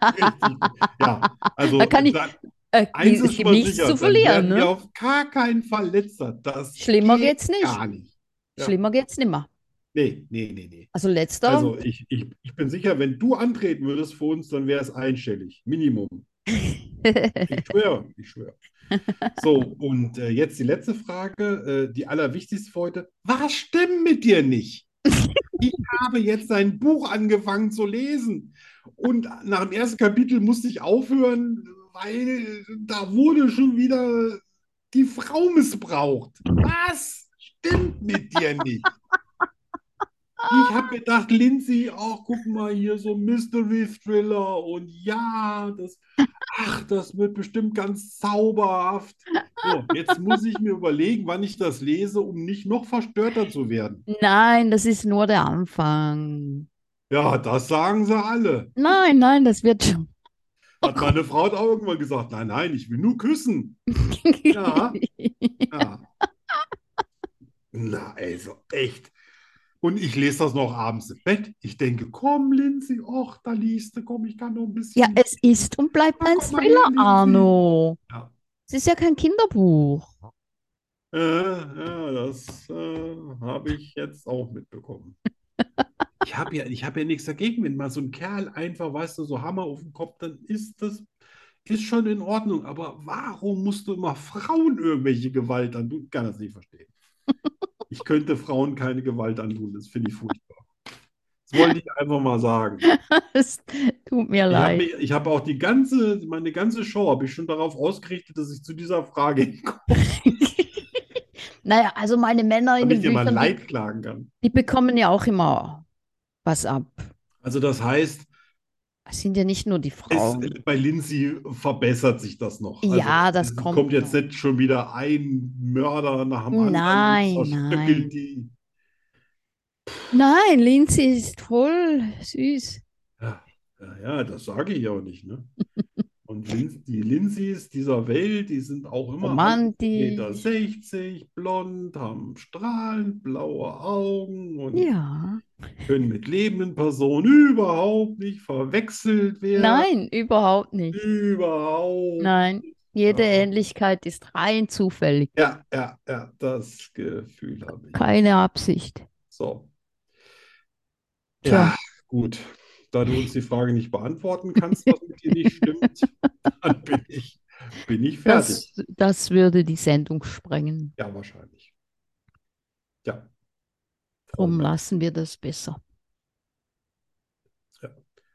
Speaker 2: ja, also
Speaker 1: Da kann ich-
Speaker 2: dann,
Speaker 1: Äh,
Speaker 2: eins
Speaker 1: die-
Speaker 2: ist schon mal
Speaker 1: nichts
Speaker 2: sicher,
Speaker 1: zu
Speaker 2: dann
Speaker 1: verlieren,
Speaker 2: werden wir
Speaker 1: ne?
Speaker 2: auf gar keinen Fall letzter. Das
Speaker 1: Schlimmer
Speaker 2: geht
Speaker 1: geht's nicht.
Speaker 2: gar nicht. Ja.
Speaker 1: Schlimmer geht's nimmer.
Speaker 2: Nee, nee, nee, nee.
Speaker 1: Also letzter.
Speaker 2: Also ich, ich, ich bin sicher, wenn du antreten würdest für uns, dann wäre es einstellig. Minimum. Ich schwöre, ich schwöre. So, und äh, jetzt die letzte Frage, äh, die allerwichtigste für heute. Was stimmt mit dir nicht? Ich habe jetzt ein Buch angefangen zu lesen und nach dem ersten Kapitel musste ich aufhören, weil da wurde schon wieder die Frau missbraucht. Was stimmt mit dir nicht? Ich habe gedacht, Lindsay, ach, guck mal hier, so Mystery Thriller und ja, das, ach, das wird bestimmt ganz zauberhaft. So, jetzt muss ich mir überlegen, wann ich das lese, um nicht noch verstörter zu werden.
Speaker 1: *laughs* Nein, das ist nur der Anfang.
Speaker 2: Ja, das sagen sie alle.
Speaker 1: Nein, nein, das wird schon. *laughs* Oh
Speaker 2: Hat meine Frau auch irgendwann gesagt, nein, nein, ich will nur küssen. Ja. Ja. Na, also echt. Und ich lese das noch abends im Bett. Ich denke, komm, Lindsay, och, da liest du, komm, ich kann noch ein bisschen.
Speaker 1: Ja, es ist und bleibt ein
Speaker 2: Komm mal
Speaker 1: Thriller,
Speaker 2: her, Lindsay.
Speaker 1: Arno.
Speaker 2: Ja.
Speaker 1: Es ist ja kein Kinderbuch.
Speaker 2: Äh, ja, das äh, habe ich jetzt auch mitbekommen. Ich habe ja, ich habe ja nichts dagegen, wenn mal so ein Kerl einfach, weißt du, so Hammer auf den Kopf, dann ist das ist schon in Ordnung. Aber warum musst du immer Frauen irgendwelche Gewalt antun? Ich kann das nicht verstehen. Ich könnte Frauen keine Gewalt antun, das finde ich furchtbar. Das wollte ich einfach mal sagen.
Speaker 1: Es tut mir
Speaker 2: Ich habe
Speaker 1: leid.
Speaker 2: mich- ich habe auch die ganze, meine ganze Show habe ich schon darauf ausgerichtet, dass ich zu dieser Frage *laughs* hinkomme,
Speaker 1: *laughs* Naja, also meine Männer in
Speaker 2: damit
Speaker 1: den
Speaker 2: ich dir mein
Speaker 1: Büchern, die,
Speaker 2: Leid klagen kann.
Speaker 1: die bekommen ja auch immer was ab.
Speaker 2: Also das heißt,
Speaker 1: Es sind ja nicht nur die Frauen.
Speaker 2: Es, bei Lindsay verbessert sich das noch.
Speaker 1: Ja, das
Speaker 2: es
Speaker 1: kommt
Speaker 2: kommt jetzt
Speaker 1: noch.
Speaker 2: nicht schon wieder ein Mörder nach dem anderen. und
Speaker 1: Nein,
Speaker 2: zerstückelt
Speaker 1: nein.
Speaker 2: Die.
Speaker 1: Nein, Lindsay ist voll süß.
Speaker 2: Ja, ja, das sage ich auch nicht. Ne? Und Lin die Lindsays dieser Welt, die sind auch immer
Speaker 1: Oh
Speaker 2: Meter
Speaker 1: Romantisch.
Speaker 2: 60, blond, haben strahlend blaue Augen und
Speaker 1: Ja.
Speaker 2: können mit lebenden Personen überhaupt nicht verwechselt werden.
Speaker 1: Nein, überhaupt nicht.
Speaker 2: Überhaupt.
Speaker 1: Nein, jede
Speaker 2: Ja.
Speaker 1: Ähnlichkeit ist rein zufällig.
Speaker 2: Ja, ja, ja, das Gefühl habe ich.
Speaker 1: Keine Absicht.
Speaker 2: So.
Speaker 1: Tja.
Speaker 2: Ja, gut. Da du uns die Frage nicht beantworten kannst, was mit dir nicht
Speaker 1: *laughs*
Speaker 2: stimmt, dann bin ich, bin ich fertig.
Speaker 1: Das, das würde die Sendung sprengen.
Speaker 2: Ja, wahrscheinlich. Ja.
Speaker 1: Drum lassen wir das besser.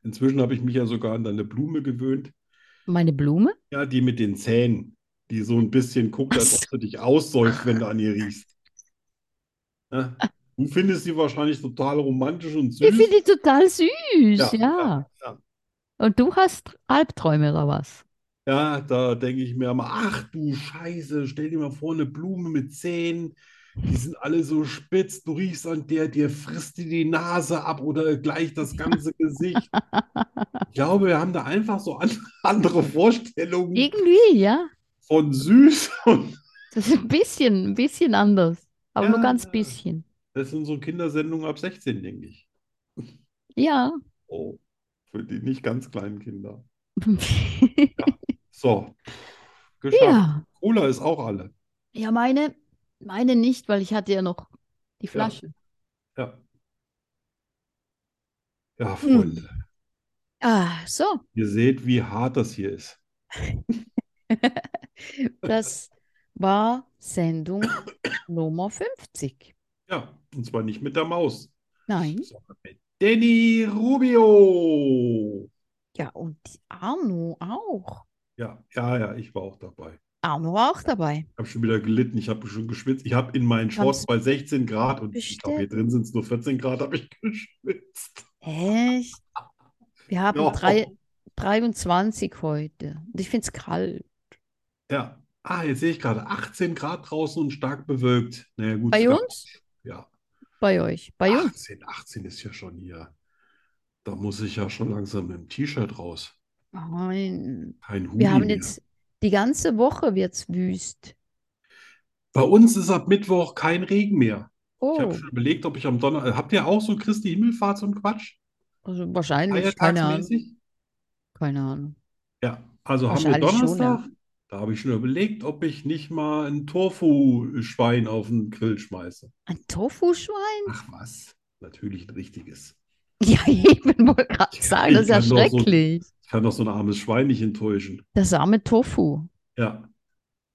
Speaker 2: Inzwischen habe ich mich ja sogar an deine Blume gewöhnt.
Speaker 1: Meine Blume?
Speaker 2: Ja, die mit den Zähnen, die so ein bisschen guckt, als ob du dich aussäufst, wenn du an ihr riechst. Ja? Du findest sie wahrscheinlich total romantisch und
Speaker 1: Ich
Speaker 2: süß.
Speaker 1: finde die total süß,
Speaker 2: Ja,
Speaker 1: ja.
Speaker 2: ja.
Speaker 1: Und du hast Albträume oder was?
Speaker 2: Ja, da denke ich mir immer, ach du Scheiße, stell dir mal vor, eine Blume mit Zähnen, die sind alle so spitz, du riechst an der, dir frisst die die Nase ab oder gleich das ganze Gesicht. Ich glaube, wir haben da einfach so an, *laughs* andere Vorstellungen
Speaker 1: Irgendwie, ja.
Speaker 2: von süß und
Speaker 1: Das ist ein bisschen, ein bisschen anders. Aber nur
Speaker 2: Ja,
Speaker 1: ganz
Speaker 2: ja.
Speaker 1: bisschen.
Speaker 2: das sind so Kindersendungen ab 16, denke ich.
Speaker 1: Ja.
Speaker 2: Oh, für die nicht ganz kleinen Kinder. So, geschafft.
Speaker 1: Ja.
Speaker 2: Cola ist auch alle.
Speaker 1: Ja, meine, meine nicht, weil ich hatte ja noch die Flasche.
Speaker 2: Ja. Ja, Freunde.
Speaker 1: Ah, so.
Speaker 2: Ihr seht, wie hart das hier ist.
Speaker 1: Das war Sendung Nummer 50.
Speaker 2: Ja, und zwar nicht mit der Maus,
Speaker 1: Nein.
Speaker 2: sondern mit Danny Rubio.
Speaker 1: Ja, und die Arno auch.
Speaker 2: Ja, ja, ja, ich war auch dabei.
Speaker 1: Arno war auch dabei.
Speaker 2: Ich habe schon wieder gelitten, ich habe schon geschwitzt. Ich habe in meinen Shorts
Speaker 1: Kannst
Speaker 2: bei 16 Grad und ich glaube, hier
Speaker 1: bestätigen.
Speaker 2: drin sind es nur 14 Grad, habe ich *laughs* geschwitzt.
Speaker 1: Echt? Wir haben
Speaker 2: Ja.
Speaker 1: drei, 23 heute. Und ich finde es kalt.
Speaker 2: Ja. Ah, jetzt sehe ich gerade 18 Grad draußen und stark bewölkt. Naja, gut,
Speaker 1: Bei
Speaker 2: stark-
Speaker 1: uns?
Speaker 2: Ja,
Speaker 1: Bei euch. Bei uns.
Speaker 2: 18, 18 ist ja schon hier. Da muss ich ja schon langsam mit dem T-Shirt raus.
Speaker 1: Nein.
Speaker 2: Kein Hoodie
Speaker 1: Wir haben
Speaker 2: mehr.
Speaker 1: jetzt die ganze Woche wird's wüst.
Speaker 2: Bei uns ist ab Mittwoch kein Regen mehr. Ich habe
Speaker 1: Oh,
Speaker 2: schon überlegt, ob ich am Donnerstag. Habt ihr auch so Christi Himmelfahrt, so einen Quatsch?
Speaker 1: also wahrscheinlich, keine Ahnung.
Speaker 2: Feiertagsmäßig?
Speaker 1: Keine Ahnung.
Speaker 2: Ja, also haben wir
Speaker 1: Wahrscheinlich schon,
Speaker 2: Donnerstag.
Speaker 1: ja.
Speaker 2: Da habe ich schon überlegt, ob ich nicht mal ein Tofu-Schwein auf den Grill schmeiße.
Speaker 1: Ein Tofu-Schwein?
Speaker 2: Ach was, natürlich ein richtiges.
Speaker 1: Ja, *laughs* eben wollte gerade sagen, das ist ja
Speaker 2: kann doch so-
Speaker 1: schrecklich.
Speaker 2: Ich kann doch so ein armes Schwein nicht enttäuschen.
Speaker 1: Das arme Tofu.
Speaker 2: Ja,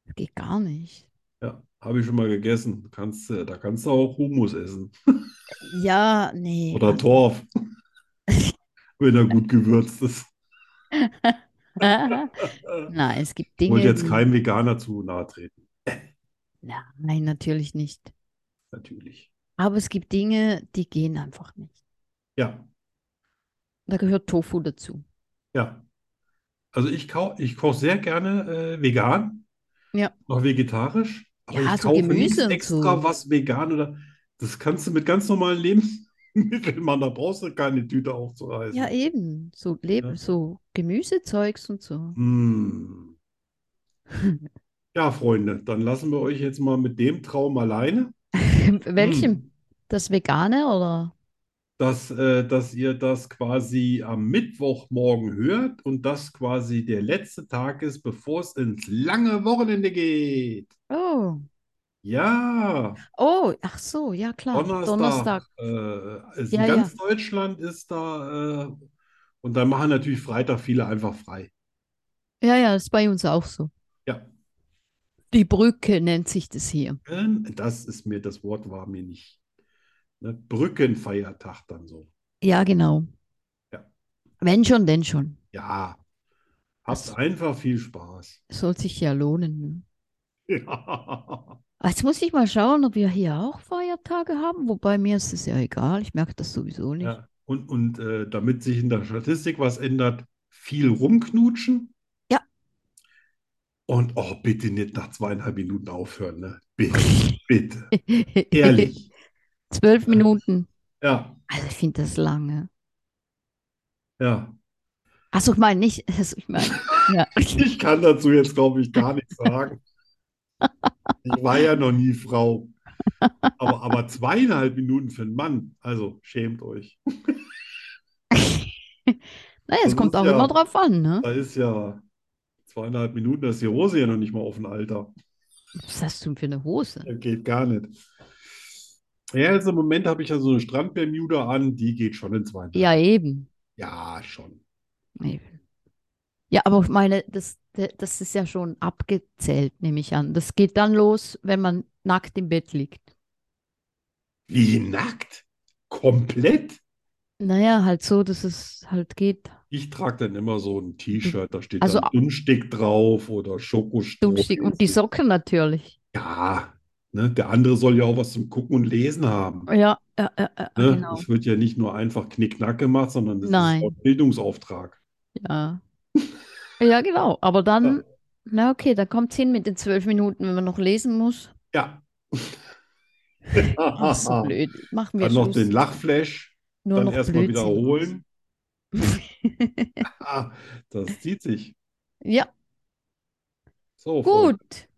Speaker 1: Das geht gar nicht.
Speaker 2: ja, habe ich schon mal gegessen. Kannst, äh, da kannst du auch Hummus essen.
Speaker 1: Ja, nee.
Speaker 2: Oder Torf, wenn er gut gewürzt ist.
Speaker 1: *laughs* Nein, es gibt
Speaker 2: Ich wollte
Speaker 1: Dinge,
Speaker 2: jetzt
Speaker 1: die-
Speaker 2: keinem Veganer zu nahe treten,
Speaker 1: Nein, natürlich nicht.
Speaker 2: natürlich.
Speaker 1: Aber es gibt Dinge, die gehen einfach nicht.
Speaker 2: Ja.
Speaker 1: Da gehört Tofu dazu.
Speaker 2: Ja. Also ich kau ich koche sehr gerne äh, vegan,
Speaker 1: Ja.
Speaker 2: auch vegetarisch, aber
Speaker 1: Ja,
Speaker 2: ich
Speaker 1: so
Speaker 2: kaufe
Speaker 1: Gemüse
Speaker 2: nichts
Speaker 1: und
Speaker 2: extra
Speaker 1: so.
Speaker 2: was vegan oder das kannst du mit ganz normalen Lebensmitteln machen, da brauchst du keine Tüte aufzureißen.
Speaker 1: Ja, eben. So Leb
Speaker 2: Ja.
Speaker 1: so Gemüsezeugs und
Speaker 2: *laughs*
Speaker 1: so. *laughs*
Speaker 2: Hm. Ja, Freunde, dann lassen wir euch jetzt mal mit dem Traum alleine.
Speaker 1: Welchem?
Speaker 2: Hm.
Speaker 1: Das Vegane oder?
Speaker 2: Dass, äh, dass ihr das quasi am Mittwochmorgen hört und das quasi der letzte Tag ist, bevor es ins lange Wochenende geht.
Speaker 1: Oh.
Speaker 2: Ja.
Speaker 1: Oh, ach so, ja klar. Donnerstag.
Speaker 2: Donnerstag. Äh, es- in
Speaker 1: Ja,
Speaker 2: ganz Deutschland ist da, äh, und dann machen natürlich Freitag viele einfach frei.
Speaker 1: Ja, ja, ist bei uns auch so.
Speaker 2: Ja,
Speaker 1: Die Brücke nennt sich das hier.
Speaker 2: ähm, das ist mir, das Wort war mir nicht. Ne? Brückenfeiertag dann so.
Speaker 1: Ja, genau.
Speaker 2: Ja.
Speaker 1: Wenn schon, denn schon.
Speaker 2: Ja,
Speaker 1: Das-
Speaker 2: habt einfach viel Spaß. *laughs*
Speaker 1: Soll sich ja lohnen. ne?
Speaker 2: Ja,
Speaker 1: Jetzt muss ich mal schauen, ob wir hier auch Feiertage haben. Wobei mir ist es ja egal. Ich merke das sowieso nicht.
Speaker 2: ja, Und, und äh, damit sich in der Statistik was ändert, viel rumknutschen.
Speaker 1: Ja.
Speaker 2: Und oh, bitte nicht nach zweieinhalb Minuten aufhören, ne? Bitte, bitte.
Speaker 1: *laughs*
Speaker 2: Ehrlich.
Speaker 1: Zwölf Minuten.
Speaker 2: Ja,
Speaker 1: Also ich finde das lange.
Speaker 2: ja.
Speaker 1: Achso, ich meine nicht, also ich meine, *laughs* ja.
Speaker 2: Ich kann dazu jetzt, glaube ich, gar nichts sagen. Ich war ja noch nie Frau. Aber, aber zweieinhalb Minuten für einen Mann, also schämt euch.
Speaker 1: Naja, es
Speaker 2: Das
Speaker 1: kommt
Speaker 2: ist
Speaker 1: auch
Speaker 2: ja-
Speaker 1: immer drauf an, ne?
Speaker 2: Da ist ja zweieinhalb Minuten, da ist die Hose ja noch nicht mal auf dem Alter.
Speaker 1: Was hast du denn für eine Hose?
Speaker 2: Das geht gar nicht. Ja, jetzt im Moment habe ich ja so eine Strand-Bermuda an, die geht schon in zweieinhalb.
Speaker 1: Ja, eben.
Speaker 2: Ja, schon.
Speaker 1: Eben. Ja, aber ich meine, das, das ist ja schon abgezählt, nehme ich an. Das geht dann los, wenn man nackt im Bett liegt.
Speaker 2: Wie nackt? Komplett?
Speaker 1: Naja, halt so, dass es halt geht.
Speaker 2: Ich trage dann immer so ein T-Shirt, da steht
Speaker 1: Also-
Speaker 2: dann Dunstig drauf oder Schokostreusel.
Speaker 1: Dummstick. Und die Socken natürlich.
Speaker 2: Ja, ne? Der andere soll ja auch was zum Gucken und Lesen haben.
Speaker 1: Ja, ja, ja, ja,
Speaker 2: Ne?
Speaker 1: genau.
Speaker 2: Es wird ja nicht nur einfach Knickknack gemacht, sondern das ist
Speaker 1: Nein.
Speaker 2: auch ein Bildungsauftrag.
Speaker 1: Ja. *laughs* Ja, genau. Aber dann, na okay, da kommt es hin mit den zwölf Minuten, wenn man noch lesen muss.
Speaker 2: Ja.
Speaker 1: *laughs* Ach, so blöd. Machen wir
Speaker 2: Dann noch
Speaker 1: Schluss.
Speaker 2: den Lachflash,
Speaker 1: Nur
Speaker 2: dann
Speaker 1: noch
Speaker 2: erstmal
Speaker 1: Blödsinn raus.
Speaker 2: wiederholen. Ah, das zieht sich.
Speaker 1: *laughs* Ja,
Speaker 2: So, Freunde,
Speaker 1: gut.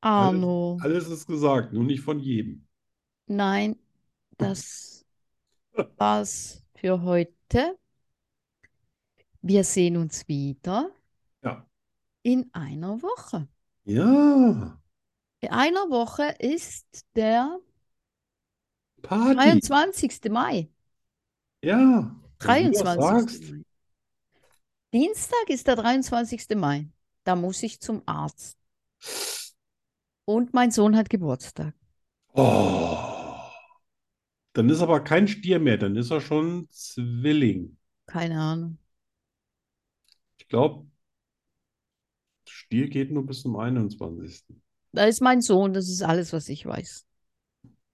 Speaker 2: Also,
Speaker 1: Arno,
Speaker 2: alles ist gesagt, nur nicht von jedem.
Speaker 1: nein, das war's für heute. Wir sehen uns wieder
Speaker 2: Ja.
Speaker 1: in einer Woche.
Speaker 2: Ja,
Speaker 1: In einer Woche ist der
Speaker 2: Party.
Speaker 1: 23. Mai.
Speaker 2: Ja, wenn du das
Speaker 1: 23.
Speaker 2: sagst.
Speaker 1: Mai. Dienstag ist der 23. Mai. Da muss ich zum Arzt. Und mein Sohn hat Geburtstag.
Speaker 2: Oh. Dann ist aber kein Stier mehr, dann ist er schon Zwilling.
Speaker 1: Keine Ahnung.
Speaker 2: Ich glaube, Stier geht nur bis zum 21.
Speaker 1: Da ist mein Sohn, das ist alles, was ich weiß.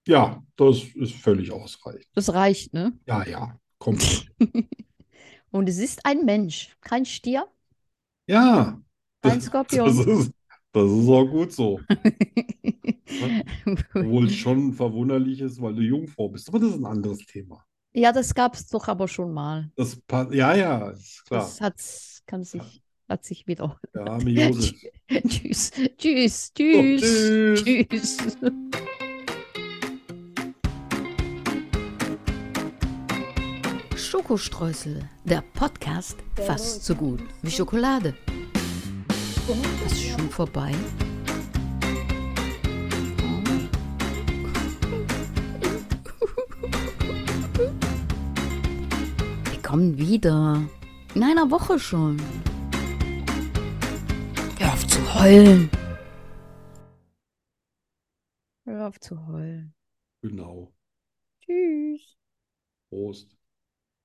Speaker 2: Ja, das ist völlig ausreichend.
Speaker 1: Das reicht, ne?
Speaker 2: Ja, ja, komm.
Speaker 1: *laughs* Und es ist ein Mensch, kein Stier, *laughs*
Speaker 2: Ja,
Speaker 1: kein
Speaker 2: das
Speaker 1: Skorpion.
Speaker 2: ist, das ist auch gut so. Obwohl es schon verwunderlich ist, weil du Jungfrau bist. Aber das ist ein anderes Thema.
Speaker 1: ja, das gab es doch aber schon mal.
Speaker 2: Das passt, ja, ja, ist klar.
Speaker 1: Das hat's, kann sich, hat sich wieder. *laughs*
Speaker 2: Der arme Josef.
Speaker 1: tschüss, tschüss, tschüss, tschüss. *laughs*
Speaker 3: Schokostreusel, der Podcast fast so gut wie Schokolade. Ist schon vorbei? Wir kommen wieder. In einer Woche schon. Hör auf zu heulen.
Speaker 1: Hör auf zu heulen.
Speaker 2: Genau.
Speaker 1: Tschüss.
Speaker 2: Prost.